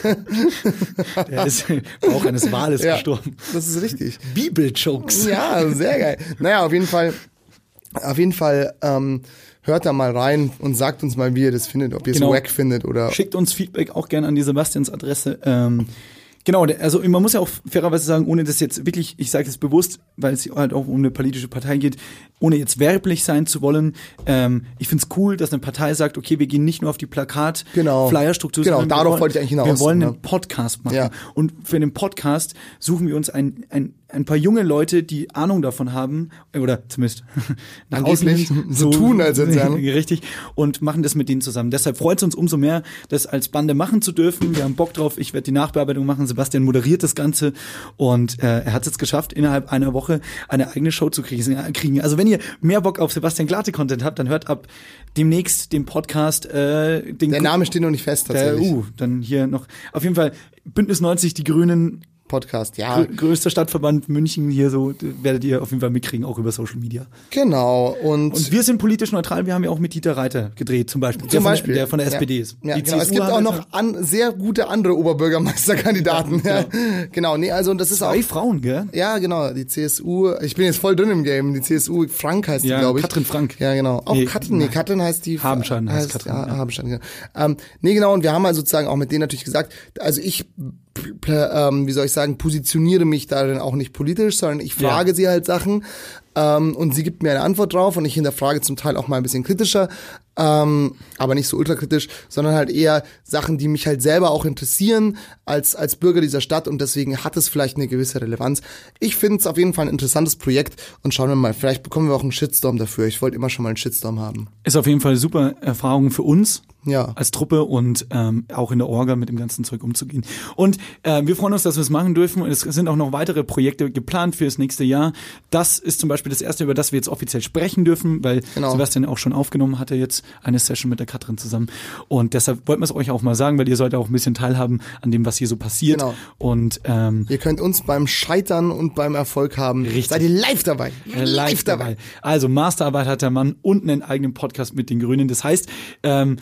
B: der ist im Bauch eines Wales
C: Ja,
B: gestorben.
C: das ist richtig.
B: Bibeljokes.
C: Ja, sehr geil. Naja, auf jeden Fall, auf jeden Fall, ähm, hört da mal rein und sagt uns mal, wie ihr das findet, ob ihr
B: Genau.
C: es wack findet oder
B: Schickt uns Feedback auch gerne an die Sebastians Adresse. Ähm, genau, der- also man muss ja auch fairerweise sagen, ohne das jetzt wirklich, ich sage es bewusst, weil es halt auch um eine politische Partei geht, ohne jetzt werblich sein zu wollen. Ähm, ich finde es cool, dass eine Partei sagt, okay, wir gehen nicht nur auf die Plakat,
C: Genau.
B: Flyer-Struktur.
C: Genau,
B: sondern wir
C: darauf
B: wollen-
C: wollte ich eigentlich hinaus,
B: Wir wollen
C: ne?
B: einen Podcast machen.
C: Ja.
B: Und für den Podcast suchen wir uns ein, ein, ein paar junge Leute, die Ahnung davon haben, äh, oder zumindest nach
C: Angeblich.
B: hin,
C: So tun, als hätten sie Ahnung.
B: Richtig. Und machen das mit denen zusammen. Deshalb freut es uns umso mehr, das als Bande machen zu dürfen. Wir haben Bock drauf. Ich werde die Nachbearbeitung machen. Sebastian moderiert das Ganze. Und äh, er hat es jetzt geschafft, innerhalb einer Woche eine eigene Show zu kriegen. kriegen. Also wenn ihr mehr Bock auf Sebastian Glate-Content habt, dann hört ab demnächst den Podcast. Äh, den
C: der Name steht noch nicht fest
B: der,
C: tatsächlich.
B: uh, dann hier noch. Auf jeden Fall Bündnis 90, die Grünen,
C: Podcast, ja.
B: grö größter Stadtverband München hier so, d- werdet ihr auf jeden Fall mitkriegen, auch über Social Media.
C: Genau. Und,
B: Und wir sind politisch neutral, wir haben ja auch mit Dieter Reiter gedreht, zum Beispiel. der
C: Zum Beispiel.
B: Von, der von der
C: Ja.
B: SPD ist.
C: Ja,
B: Die
C: genau. Es
B: CSU
C: gibt auch
B: hat-
C: noch an, sehr gute andere Oberbürgermeisterkandidaten. Ja, genau. nee, also und das ist auch.
B: drei Frauen, gell?
C: Ja, genau, die CSU, ich bin jetzt voll drin im Game, die CSU, Frank heißt die,
B: Ja,
C: glaube ich.
B: Katrin Frank.
C: Ja, genau. Auch
B: Nee,
C: Katrin, nee,
B: nein.
C: Katrin heißt die.
B: Habenschein heißt Katrin,
C: Ja,
B: ja.
C: Habenschein, genau. Ähm, nee, genau, und wir haben halt sozusagen auch mit denen natürlich gesagt, also ich, p- p- ähm, wie soll ich sagen, positioniere mich darin auch nicht politisch, sondern ich
B: Ja.
C: frage sie halt Sachen ähm, und sie gibt mir eine Antwort drauf und ich hinterfrage zum Teil auch mal ein bisschen kritischer, ähm, aber nicht so ultrakritisch, sondern halt eher Sachen, die mich halt selber auch interessieren als, als Bürger dieser Stadt und deswegen hat es vielleicht eine gewisse Relevanz. Ich finde es auf jeden Fall ein interessantes Projekt und schauen wir mal, vielleicht bekommen wir auch einen Shitstorm dafür. Ich wollte immer schon mal einen Shitstorm haben.
B: Ist auf jeden Fall super Erfahrung für uns.
C: Ja.
B: Als Truppe und ähm, auch in der Orga mit dem ganzen Zeug umzugehen. Und äh, wir freuen uns, dass wir es machen dürfen. Und Es sind auch noch weitere Projekte geplant für das nächste Jahr. Das ist zum Beispiel das erste, über das wir jetzt offiziell sprechen dürfen, weil
C: Genau.
B: Sebastian auch schon aufgenommen hatte jetzt eine Session mit der Katrin zusammen. Und deshalb wollten wir es euch auch mal sagen, weil ihr sollt auch ein bisschen teilhaben an dem, was hier so passiert.
C: Genau.
B: Und ähm,
C: Ihr könnt uns beim Scheitern und beim Erfolg haben.
B: Richtig.
C: Seid ihr live dabei.
B: Äh, live dabei. Also Masterarbeit hat der Mann und einen eigenen Podcast mit den Grünen. Das heißt, ähm,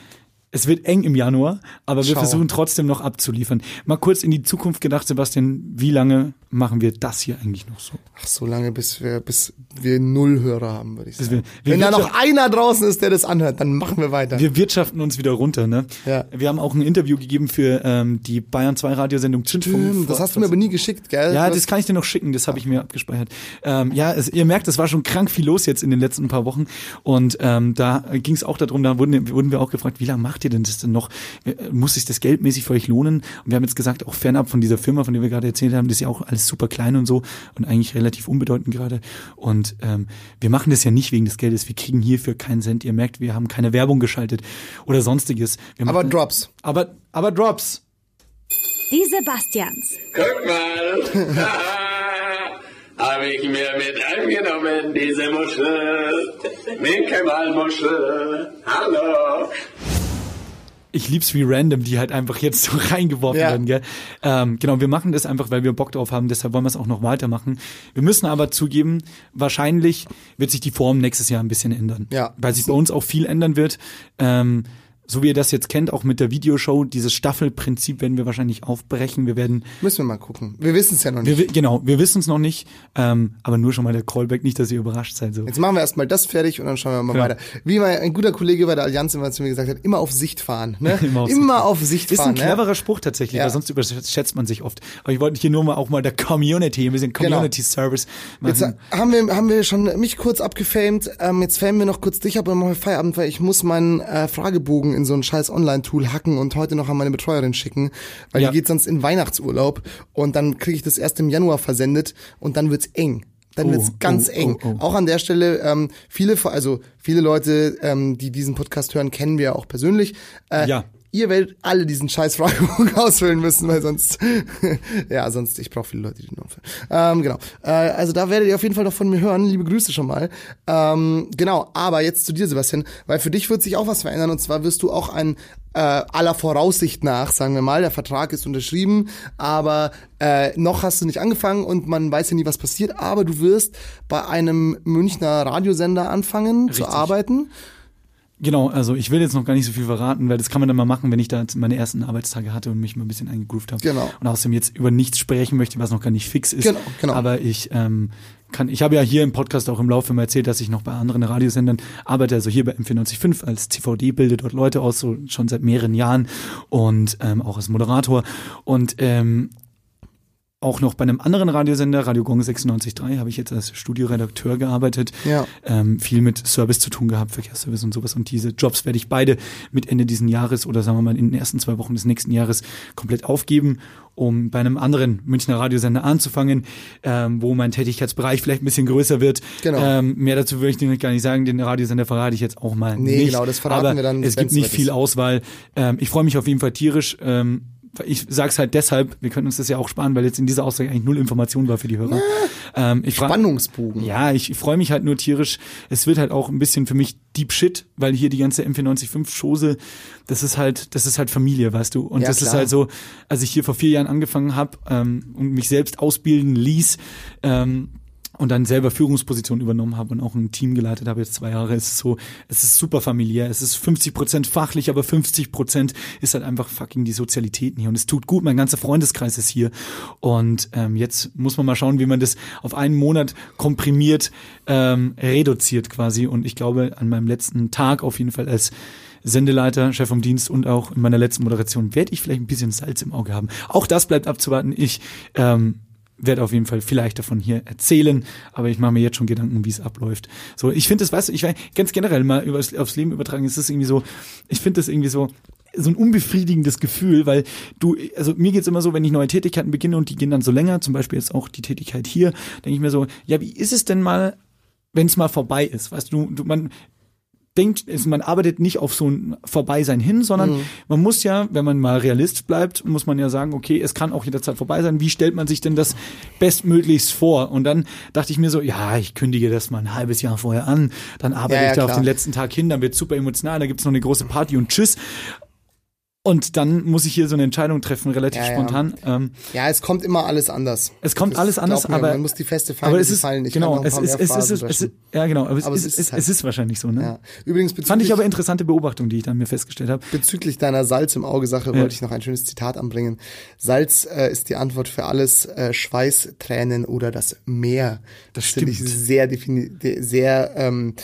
B: es wird eng im Januar, aber wir
C: Schau.
B: versuchen trotzdem noch abzuliefern. Mal kurz in die Zukunft gedacht, Sebastian, wie lange machen wir das hier eigentlich noch so?
C: Ach, so lange, bis wir, bis wir null Hörer haben, würde ich sagen.
B: wir- wir
C: Wenn da
B: wirklich-
C: noch einer draußen ist, der das anhört, dann machen wir weiter.
B: Wir wirtschaften uns wieder runter, ne?
C: Ja.
B: Wir haben auch ein Interview gegeben für ähm, die Bayern 2 Radiosendung Zündfunk.
C: Stimmt, das hast Äh, du mir aber nie geschickt, gell?
B: Ja,
C: Was-
B: das kann ich dir noch schicken, das habe ich mir abgespeichert. Ähm, ja, es, ihr merkt, es war schon krank viel los jetzt in den letzten paar Wochen. Und ähm, da ging es auch darum, da wurden, wurden wir auch gefragt, wie lange macht ihr denn das denn noch? Äh, Muss sich das geldmäßig für euch lohnen? Und wir haben jetzt gesagt, auch fernab von dieser Firma, von der wir gerade erzählt haben, das ist ja auch alles super klein und so und eigentlich relativ unbedeutend gerade. Und ähm, wir machen das ja nicht wegen des Geldes. Wir kriegen hierfür keinen Cent. Ihr merkt, wir haben keine Werbung geschaltet oder sonstiges. Wir
C: aber
B: machen-
C: Drops.
B: aber, aber Drops.
E: Die Sebastians.
H: Guck mal, habe ich mir mit angenommen, diese Muschel. Winke mal, Muschel. Hallo.
B: ich lieb's wie random, die halt einfach jetzt so reingeworfen
C: Ja.
B: werden, gell? Ähm, genau, wir machen das einfach, weil wir Bock drauf haben, deshalb wollen wir es auch noch weitermachen. Wir müssen aber zugeben, wahrscheinlich wird sich die Form nächstes Jahr ein bisschen ändern.
C: Ja.
B: Weil sich bei uns auch viel ändern wird. Ähm, so wie ihr das jetzt kennt, auch mit der Videoshow, dieses Staffelprinzip werden wir wahrscheinlich aufbrechen. Wir werden
C: Müssen wir mal gucken. Wir wissen es ja noch nicht.
B: wir, wi- genau, wir wissen es noch nicht, ähm, aber nur schon mal der Callback, nicht, dass ihr überrascht seid. So.
C: Jetzt machen wir erstmal das fertig und dann schauen wir mal
B: Genau.
C: weiter. Wie mein, ein guter Kollege bei der Allianz immer zu mir gesagt hat, immer auf Sicht fahren. Ne? immer auf, Sicht
B: Ist
C: fahren. ne?
B: ein cleverer Spruch tatsächlich,
C: Ja.
B: weil sonst überschätzt man sich oft. Aber ich wollte hier nur mal auch mal der Community, ein bisschen
C: Genau.
B: Community Service machen.
C: Jetzt äh, haben wir, haben wir schon mich kurz abgefamed. Ähm, jetzt famen wir noch kurz dich ab und dann machen wir Feierabend, weil ich muss meinen äh, Fragebogen in so ein scheiß Online-Tool hacken und heute noch an meine Betreuerin schicken, weil
B: Ja.
C: die geht sonst in Weihnachtsurlaub und dann kriege ich das erst im Januar versendet und dann wird's eng. Dann
B: Oh,
C: wird's ganz
B: oh,
C: eng.
B: oh, oh.
C: Auch an der Stelle, ähm, viele, also viele Leute, ähm, die diesen Podcast hören, kennen wir auch persönlich. Äh,
B: Ja.
C: Ihr werdet alle diesen scheiß Fragebogen ausfüllen müssen, weil sonst, ja, sonst, ich brauche viele Leute, die den ausfüllen. Ähm, genau. Äh, also da werdet ihr auf jeden Fall noch von mir hören. Liebe Grüße schon mal. Ähm, genau, aber jetzt zu dir, Sebastian, weil für dich wird sich auch was verändern und zwar wirst du auch ein äh, aller Voraussicht nach, sagen wir mal, der Vertrag ist unterschrieben, aber äh, noch hast du nicht angefangen und man weiß ja nie, was passiert, aber du wirst bei einem Münchner Radiosender anfangen zu
B: Richtig.
C: arbeiten.
B: Genau, also ich will jetzt noch gar nicht so viel verraten, weil das kann man dann mal machen, wenn ich da jetzt meine ersten Arbeitstage hatte und mich mal ein bisschen eingegroovt habe.
C: Genau.
B: Und außerdem jetzt über nichts sprechen möchte, was noch gar nicht fix ist.
C: Genau, genau.
B: Aber ich ähm, kann, ich habe ja hier im Podcast auch im Laufe immer erzählt, dass ich noch bei anderen Radiosendern arbeite, also hier bei M495 als CVD, bilde dort Leute aus, so schon seit mehreren Jahren und ähm, auch als Moderator. Und ähm, auch noch bei einem anderen Radiosender, Radio Gong 96.3, habe ich jetzt als Studioredakteur gearbeitet.
C: Ja.
B: Ähm, viel mit Service zu tun gehabt, Verkehrsservice und sowas. Und diese Jobs werde ich beide mit Ende diesen Jahres oder sagen wir mal in den ersten zwei Wochen des nächsten Jahres komplett aufgeben, um bei einem anderen Münchner Radiosender anzufangen, ähm, wo mein Tätigkeitsbereich vielleicht ein bisschen größer wird.
C: Genau.
B: Ähm, mehr dazu würde ich dir noch gar nicht sagen, den Radiosender verrate ich jetzt auch mal
C: Nee,
B: nicht.
C: genau, das verraten
B: aber
C: wir dann,
B: Es
C: wenn's
B: gibt nicht
C: soweit
B: viel
C: ist.
B: Auswahl. Ähm, ich freue mich auf jeden Fall tierisch. Ähm, ich sag's halt deshalb, wir können uns das ja auch sparen, weil jetzt in dieser Aussage eigentlich null Information war für die Hörer. Ähm, ich frag-
C: Spannungsbogen.
B: Ja, ich freue mich halt nur tierisch. Es wird halt auch ein bisschen für mich Deep Shit, weil hier die ganze M495-Schose, das ist halt, das ist halt Familie, weißt du. Und
C: Ja,
B: das ist
C: klar.
B: halt so, als ich hier vor vier Jahren angefangen habe ähm, und mich selbst ausbilden ließ, ähm, und dann selber Führungsposition übernommen habe und auch ein Team geleitet habe jetzt zwei Jahre. Es ist so, es ist super familiär. Es ist 50 Prozent fachlich, aber 50 Prozent ist halt einfach fucking die Sozialitäten hier. Und es tut gut. Mein ganzer Freundeskreis ist hier. Und ähm, jetzt muss man mal schauen, wie man das auf einen Monat komprimiert, ähm, reduziert quasi. Und ich glaube, an meinem letzten Tag auf jeden Fall als Sendeleiter, Chef vom Dienst und auch in meiner letzten Moderation werde ich vielleicht ein bisschen Salz im Auge haben. Auch das bleibt abzuwarten. Ich ähm, werde auf jeden Fall vielleicht davon hier erzählen, aber ich mache mir jetzt schon Gedanken, wie es abläuft. So, ich finde das, weißt du, ich weiß, ganz generell mal übers, aufs Leben übertragen, es ist irgendwie so, ich finde das irgendwie so so ein unbefriedigendes Gefühl, weil du, also mir geht's immer so, wenn ich neue Tätigkeiten beginne und die gehen dann so länger, zum Beispiel jetzt auch die Tätigkeit hier, denke ich mir so, ja, wie ist es denn mal, wenn es mal vorbei ist? Weißt du, du man, denkt, also man arbeitet nicht auf so ein Vorbeisein hin, sondern
C: Mhm.
B: man muss ja, wenn man mal Realist bleibt, muss man ja sagen, okay, es kann auch jederzeit vorbei sein. Wie stellt man sich denn das bestmöglichst vor? Und dann dachte ich mir so, ja, ich kündige das mal ein halbes Jahr vorher an, dann arbeite
C: Ja, ja,
B: ich da auf
C: klar.
B: den letzten Tag hin, dann wird super emotional, da gibt's noch eine große Party und tschüss. Und dann muss ich hier so eine Entscheidung treffen, relativ
C: Ja, ja.
B: spontan. Ähm,
C: Ja, es kommt immer alles anders.
B: es kommt
C: Das
B: alles anders,
C: glaubt mir,
B: aber
C: man muss die Feste fallen,
B: aber
C: die
B: es ist
C: fallen. Ich kann noch
B: genau,
C: ein
B: es
C: paar
B: ist,
C: mehr
B: es ist,
C: Phrasen
B: es ist,
C: löschen.
B: ja genau, aber,
C: Aber
B: es, ist,
C: es ist
B: es,
C: halt-
B: es ist wahrscheinlich so, ne?
C: Ja. Übrigens
B: Fand
C: bezüglich,
B: ich aber interessante Beobachtung, die ich dann mir festgestellt habe.
C: bezüglich deiner Salz im Auge Sache wollte ich noch ein schönes Zitat anbringen. Salz äh, ist die Antwort für alles, äh, Schweiß, Tränen oder das Meer. Das finde ich
B: stimmt.
C: sehr defini de- sehr ähm,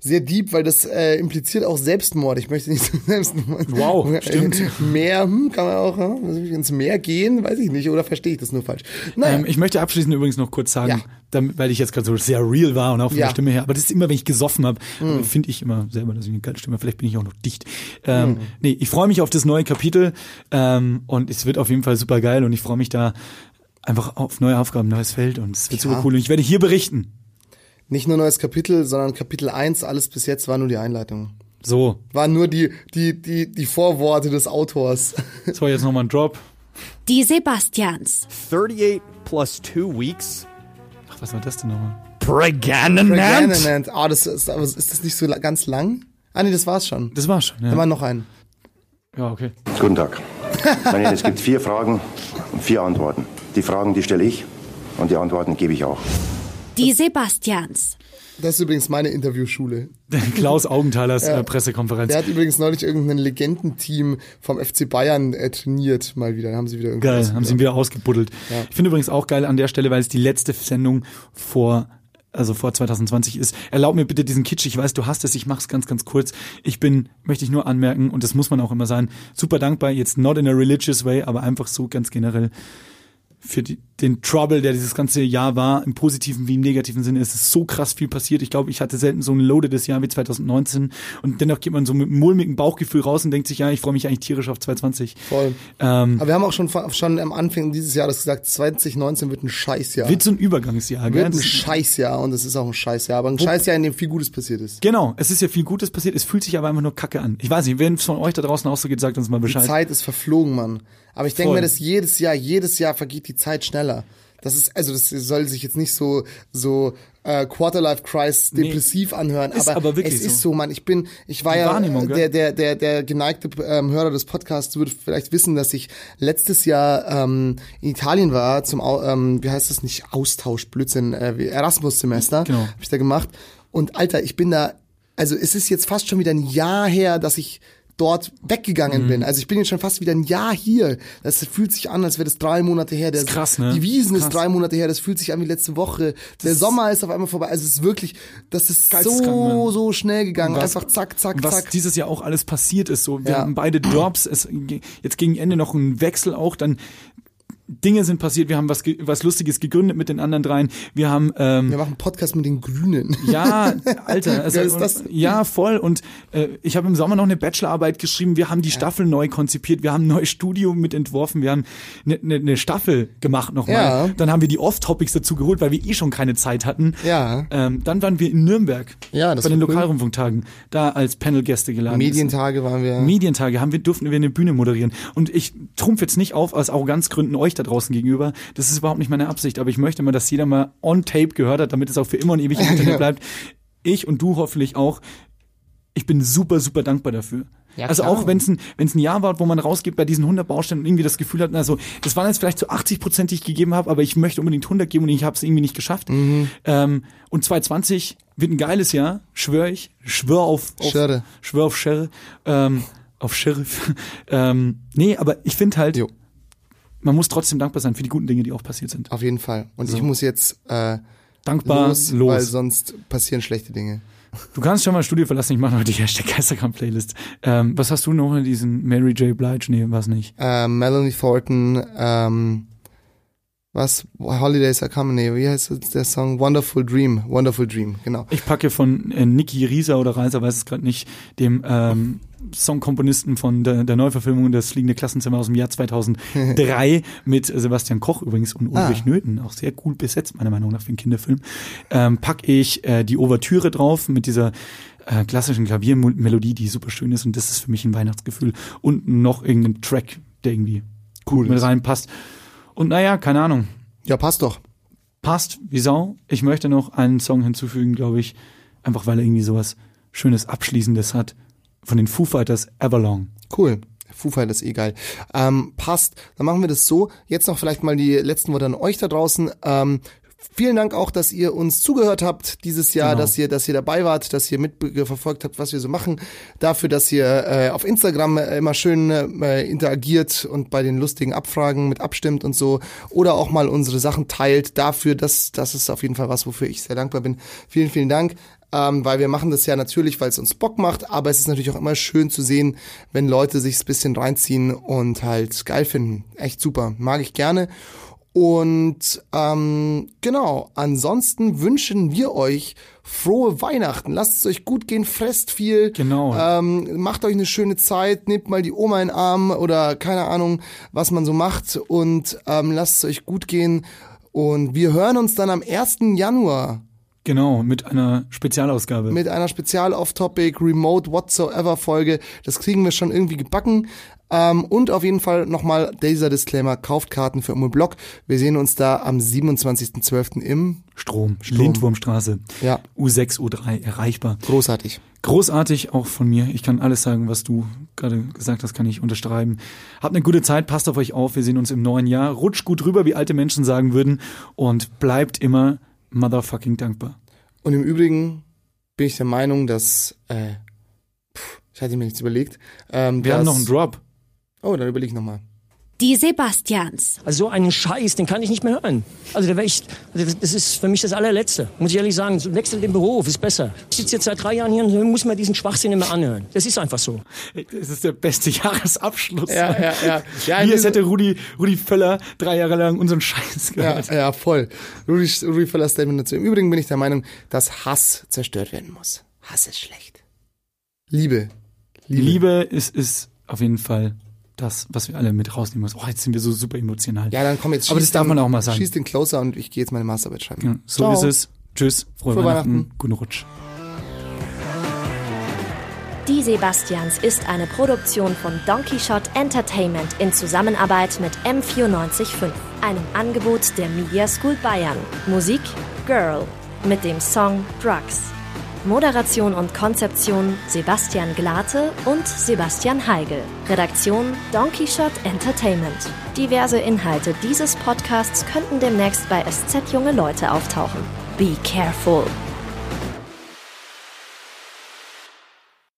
C: sehr deep, weil das äh, impliziert auch Selbstmord. Ich möchte nicht zum Selbstmord. Äh,
B: Wow, stimmt.
C: Meer, hm, kann man auch hm, ins Meer gehen, weiß ich nicht, oder verstehe ich das nur falsch? Naja.
B: Ähm, ich möchte abschließend übrigens noch kurz sagen,
C: Ja.
B: damit, weil ich jetzt gerade so sehr real war und auch von
C: Ja. Hm.
B: der Stimme her, aber das ist immer, wenn ich gesoffen habe, finde ich immer selber, dass ich eine geile Stimme habe. Vielleicht bin ich auch noch dicht. Ähm,
C: Hm.
B: Nee, ich freue mich auf das neue Kapitel ähm, und es wird auf jeden Fall super geil und ich freue mich da einfach auf neue Aufgaben, neues Feld und es wird super cool und ich werde hier berichten.
C: Nicht nur neues Kapitel, sondern Kapitel 1, alles bis jetzt war nur die Einleitung.
B: So,
C: Waren nur die, die, die, die Vorworte des Autors.
B: das war jetzt nochmal ein Drop.
E: Die Sebastians.
I: 38 plus two weeks.
B: Ach, was war das denn nochmal?
I: Pregnant?
C: Pregnant. Ah, das ist, aber ist das nicht so la- ganz lang? Ah, nee, das war's schon.
B: Das war's schon,
C: Da
B: ja.
C: war noch ein.
B: Ja, okay.
J: Guten Tag. Meine, es gibt vier Fragen und vier Antworten. Die Fragen, die stelle ich und die Antworten gebe ich auch.
E: Die Sebastians.
C: Das ist übrigens meine Interviewschule.
B: Klaus Augenthalers äh, Pressekonferenz.
C: Der hat übrigens neulich irgendein Legendenteam vom FC Bayern äh, trainiert, mal wieder. Da haben sie wieder
B: Geil,
C: irgendwas
B: haben sie ihn wieder ausgebuddelt. Ich finde übrigens auch geil an der Stelle, weil es die letzte Sendung vor also vor 2020 ist. Erlaub mir bitte diesen Kitsch. Ich weiß, du hast es. Ich mach's ganz, ganz kurz. Ich bin, möchte ich nur anmerken, und das muss man auch immer sein, super dankbar. Jetzt not in a religious way, aber einfach so ganz generell für die, den Trouble, der dieses ganze Jahr war, im positiven wie im negativen Sinne. Es ist so krass viel passiert. Ich glaube, ich hatte selten so ein loadedes Jahr wie 2019. Und dennoch geht man so mit einem mulmigen Bauchgefühl raus und denkt sich, ja, ich freue mich eigentlich tierisch auf 2020.
C: Voll.
B: Ähm,
C: Aber wir haben auch schon, fa- schon am Anfang dieses Jahres gesagt, 2019 wird ein Scheißjahr.
B: wird so ein Übergangsjahr, gell?
C: wird ein
B: Das-
C: Scheißjahr und es ist auch ein Scheißjahr, aber ein Scheißjahr, in dem viel Gutes passiert ist.
B: Genau, es ist ja viel Gutes passiert, es fühlt sich aber einfach nur kacke an. Ich weiß nicht, wenn es von euch da draußen auch so geht, sagt uns mal
C: Die
B: Bescheid.
C: Zeit ist verflogen, Mann. Aber ich denke
B: Voll.
C: mir, dass jedes Jahr, jedes Jahr vergeht die Zeit schneller. Das ist, also das soll sich jetzt nicht so, so äh, Quarterlife Crisis depressiv anhören,
B: Ist
C: aber,
B: aber wirklich
C: es ist
B: so.
C: so, Mann. Ich bin, ich war
B: Die
C: ja
B: Wahrnehmung, gell?
C: der, der, der, der geneigte ähm, Hörer des Podcasts würde vielleicht wissen, dass ich letztes Jahr ähm, in Italien war zum, Au- ähm, wie heißt das nicht, Austausch, Blödsinn, äh, wie- Erasmus-Semester,
B: Genau.
C: habe ich da gemacht. Und Alter, ich bin da, also es ist jetzt fast schon wieder ein Jahr her, dass ich dort weggegangen
B: Mhm.
C: bin. Also ich bin jetzt schon fast wieder ein Jahr hier. Das fühlt sich an, als wäre das drei Monate her. Der,
B: Ist krass, ne?
C: Die Wiesen ist
B: Krass.
C: drei Monate her, das fühlt sich an wie letzte Woche. Der Sommer ist auf einmal vorbei. Also es ist wirklich, das ist
B: Geisteskrank,
C: so,
B: Mann.
C: so schnell gegangen. Einfach zack, zack,
B: was
C: zack.
B: dieses Jahr auch alles passiert ist. So, wir
C: Ja.
B: haben beide Drops, es, jetzt gegen Ende noch ein Wechsel auch, dann Dinge sind passiert, wir haben was, ge- was Lustiges gegründet mit den anderen dreien, wir haben ähm,
C: Wir machen einen Podcast mit den Grünen.
B: Ja, Alter. Also,
C: Wer ist das?
B: Ja, voll. Und äh, ich habe im Sommer noch eine Bachelorarbeit geschrieben. Wir haben die Staffel neu konzipiert. Wir haben ein neues Studio mit entworfen. Wir haben eine ne, ne Staffel gemacht nochmal.
C: Ja.
B: Dann haben wir die Off-Topics dazu geholt, weil wir eh schon keine Zeit hatten.
C: Ja.
B: Ähm, dann waren wir in Nürnberg.
C: Ja, das
B: Bei den
C: war cool.
B: Lokalrundfunktagen. Da als Panelgäste geladen.
C: Medientage waren wir.
B: Medientage haben wir, durften wir eine Bühne moderieren. Und ich trumpf jetzt nicht auf aus Arroganzgründen euch da draußen gegenüber. Das ist überhaupt nicht meine Absicht, aber ich möchte mal, dass jeder mal on tape gehört hat, damit es auch für immer und ewig im Internet bleibt. Ich und du hoffentlich auch. Ich bin super, super dankbar dafür. also
C: klar.
B: auch wenn es ein, wenn's ein Jahr war, wo man rausgeht bei diesen 100 Baustellen und irgendwie das Gefühl hat, also das waren jetzt vielleicht zu 80 Prozent, die ich gegeben habe, aber ich möchte unbedingt 100 geben und ich habe es irgendwie nicht geschafft.
C: Mhm.
B: Ähm, und 2020 wird ein geiles Jahr, schwöre ich. Schwör auf, auf
C: Schirre.
B: Schwör auf Sheriff. Ähm, auf Sheriff. ähm, nee, aber ich finde halt,
C: Jo.
B: man muss trotzdem dankbar sein für die guten Dinge, die auch passiert sind.
C: Auf jeden Fall. Und ich muss jetzt äh,
B: Dankbar
C: los, also.
B: los.
C: weil sonst passieren schlechte Dinge.
B: Du kannst schon mal das Studio verlassen, ich mache noch die Hashtag Geisterkram-Playlist. Ähm, was hast du noch in diesen Mary J. Blige? Nee, was nicht.
C: Ähm, Melanie Thornton, ähm, was? Holidays are coming. Nee, wie heißt der Song? Wonderful Dream. Wonderful Dream, genau.
B: Ich packe von äh, Niki Rieser oder Reiser, weiß es gerade nicht, dem ähm, Songkomponisten von der, der Neuverfilmung Das fliegende Klassenzimmer aus dem Jahr 2003 mit Sebastian Koch übrigens und Ulrich Nöthen, auch sehr cool besetzt, meiner Meinung nach, für einen Kinderfilm, ähm, packe ich äh, die Ouvertüre drauf mit dieser äh, klassischen Klaviermelodie, die super schön ist und das ist für mich ein Weihnachtsgefühl und noch irgendein Track, der irgendwie cool mit reinpasst. Und naja, keine Ahnung
C: Ja, passt doch.
B: passt wie Sau. Ich möchte noch einen Song hinzufügen, glaube ich, einfach weil er irgendwie sowas Schönes Abschließendes hat. Von den Foo Fighters Everlong.
C: Cool. Foo Fighters, eh geil. Ähm, passt. Dann machen wir das so. Jetzt noch vielleicht mal die letzten Worte an euch da draußen. Ähm, vielen Dank auch, dass ihr uns zugehört habt dieses Jahr,
B: Genau.
C: dass ihr, dass ihr dabei wart, dass ihr mitverfolgt habt, was wir so machen. Dafür, dass ihr äh, auf Instagram äh, immer schön äh, interagiert und bei den lustigen Abfragen mit abstimmt und so. Oder auch mal unsere Sachen teilt. Dafür, das, das ist auf jeden Fall was, wofür ich sehr dankbar bin. Vielen, vielen Dank. Ähm, weil wir machen das ja natürlich, weil es uns Bock macht, aber es ist natürlich auch immer schön zu sehen, wenn Leute sich ein bisschen reinziehen und halt geil finden. Echt super, mag ich gerne. Und ähm, genau, ansonsten wünschen wir euch frohe Weihnachten. Lasst es euch gut gehen, fresst viel.
B: Genau.
C: Ähm, macht euch eine schöne Zeit, nehmt mal die Oma in den Arm oder keine Ahnung, was man so macht. Und ähm, lasst es euch gut gehen. Und wir hören uns dann am 1. Januar
B: Genau, mit einer Spezialausgabe.
C: mit einer Spezial-Off-Topic, Remote Whatsoever Folge. Das kriegen wir schon irgendwie gebacken. Ähm, und auf jeden Fall nochmal dieser Disclaimer, kauft Karten für Umme Block. Wir sehen uns da am 27.12. im
B: Strom, Lindwurmstraße.
C: Ja.
B: U6, U3, erreichbar.
C: Großartig.
B: Großartig auch von mir. Ich kann alles sagen, was du gerade gesagt hast, kann ich unterschreiben. Habt eine gute Zeit, passt auf euch auf. Wir sehen uns im neuen Jahr. Rutscht gut rüber, wie alte Menschen sagen würden. Und bleibt immer motherfucking dankbar.
C: Und im Übrigen bin ich der Meinung, dass äh, pff, ich hatte mir nichts überlegt. Ähm,
B: Wir
C: dass,
B: haben noch einen Drop.
C: Oh, dann überlege ich nochmal.
E: Die Sebastians.
K: Also so einen Scheiß, den kann ich nicht mehr hören. Also, da wär ich, also das ist für mich das allerletzte. Muss ich ehrlich sagen, so wechselt den Beruf, ist besser. Ich sitze jetzt seit drei Jahren hier und muss mir diesen Schwachsinn immer anhören. Das ist einfach so.
B: Das ist der beste Jahresabschluss.
C: Ja, ja, ja. Ja,
B: Wie
C: in
B: es
C: diesem-
B: hätte Rudi, Rudi Völler drei Jahre lang unseren Scheiß
C: Ja,
B: gehört.
C: ja, voll. Rudi, Rudi Völler Statement dazu. Im Übrigen bin ich der Meinung, dass Hass zerstört werden muss. Hass ist schlecht. Liebe.
B: Die Liebe ist, ist auf jeden Fall das, was wir alle mit rausnehmen müssen. Oh, jetzt sind wir so super emotional.
C: Ja, dann komm jetzt.
B: Aber
C: schieß
B: das darf
C: den-
B: man auch mal sagen.
C: Schieß den Closer und ich gehe jetzt meine Masterarbeit schreiben.
B: Genau, So
C: Ciao.
B: ist es. Tschüss, frohe,
C: Frohe
B: Weihnachten,
C: Weihnachten.
B: guten Rutsch.
L: Die Sebastians ist eine Produktion von Donkey Shot Entertainment in Zusammenarbeit mit M945, einem Angebot der Media School Bayern. Musik Girl mit dem Song Drugs. Moderation und Konzeption Sebastian Glate und Sebastian Heigel. Redaktion Donkey Shot Entertainment. Diverse Inhalte dieses Podcasts könnten demnächst bei SZ Junge Leute auftauchen. Be careful.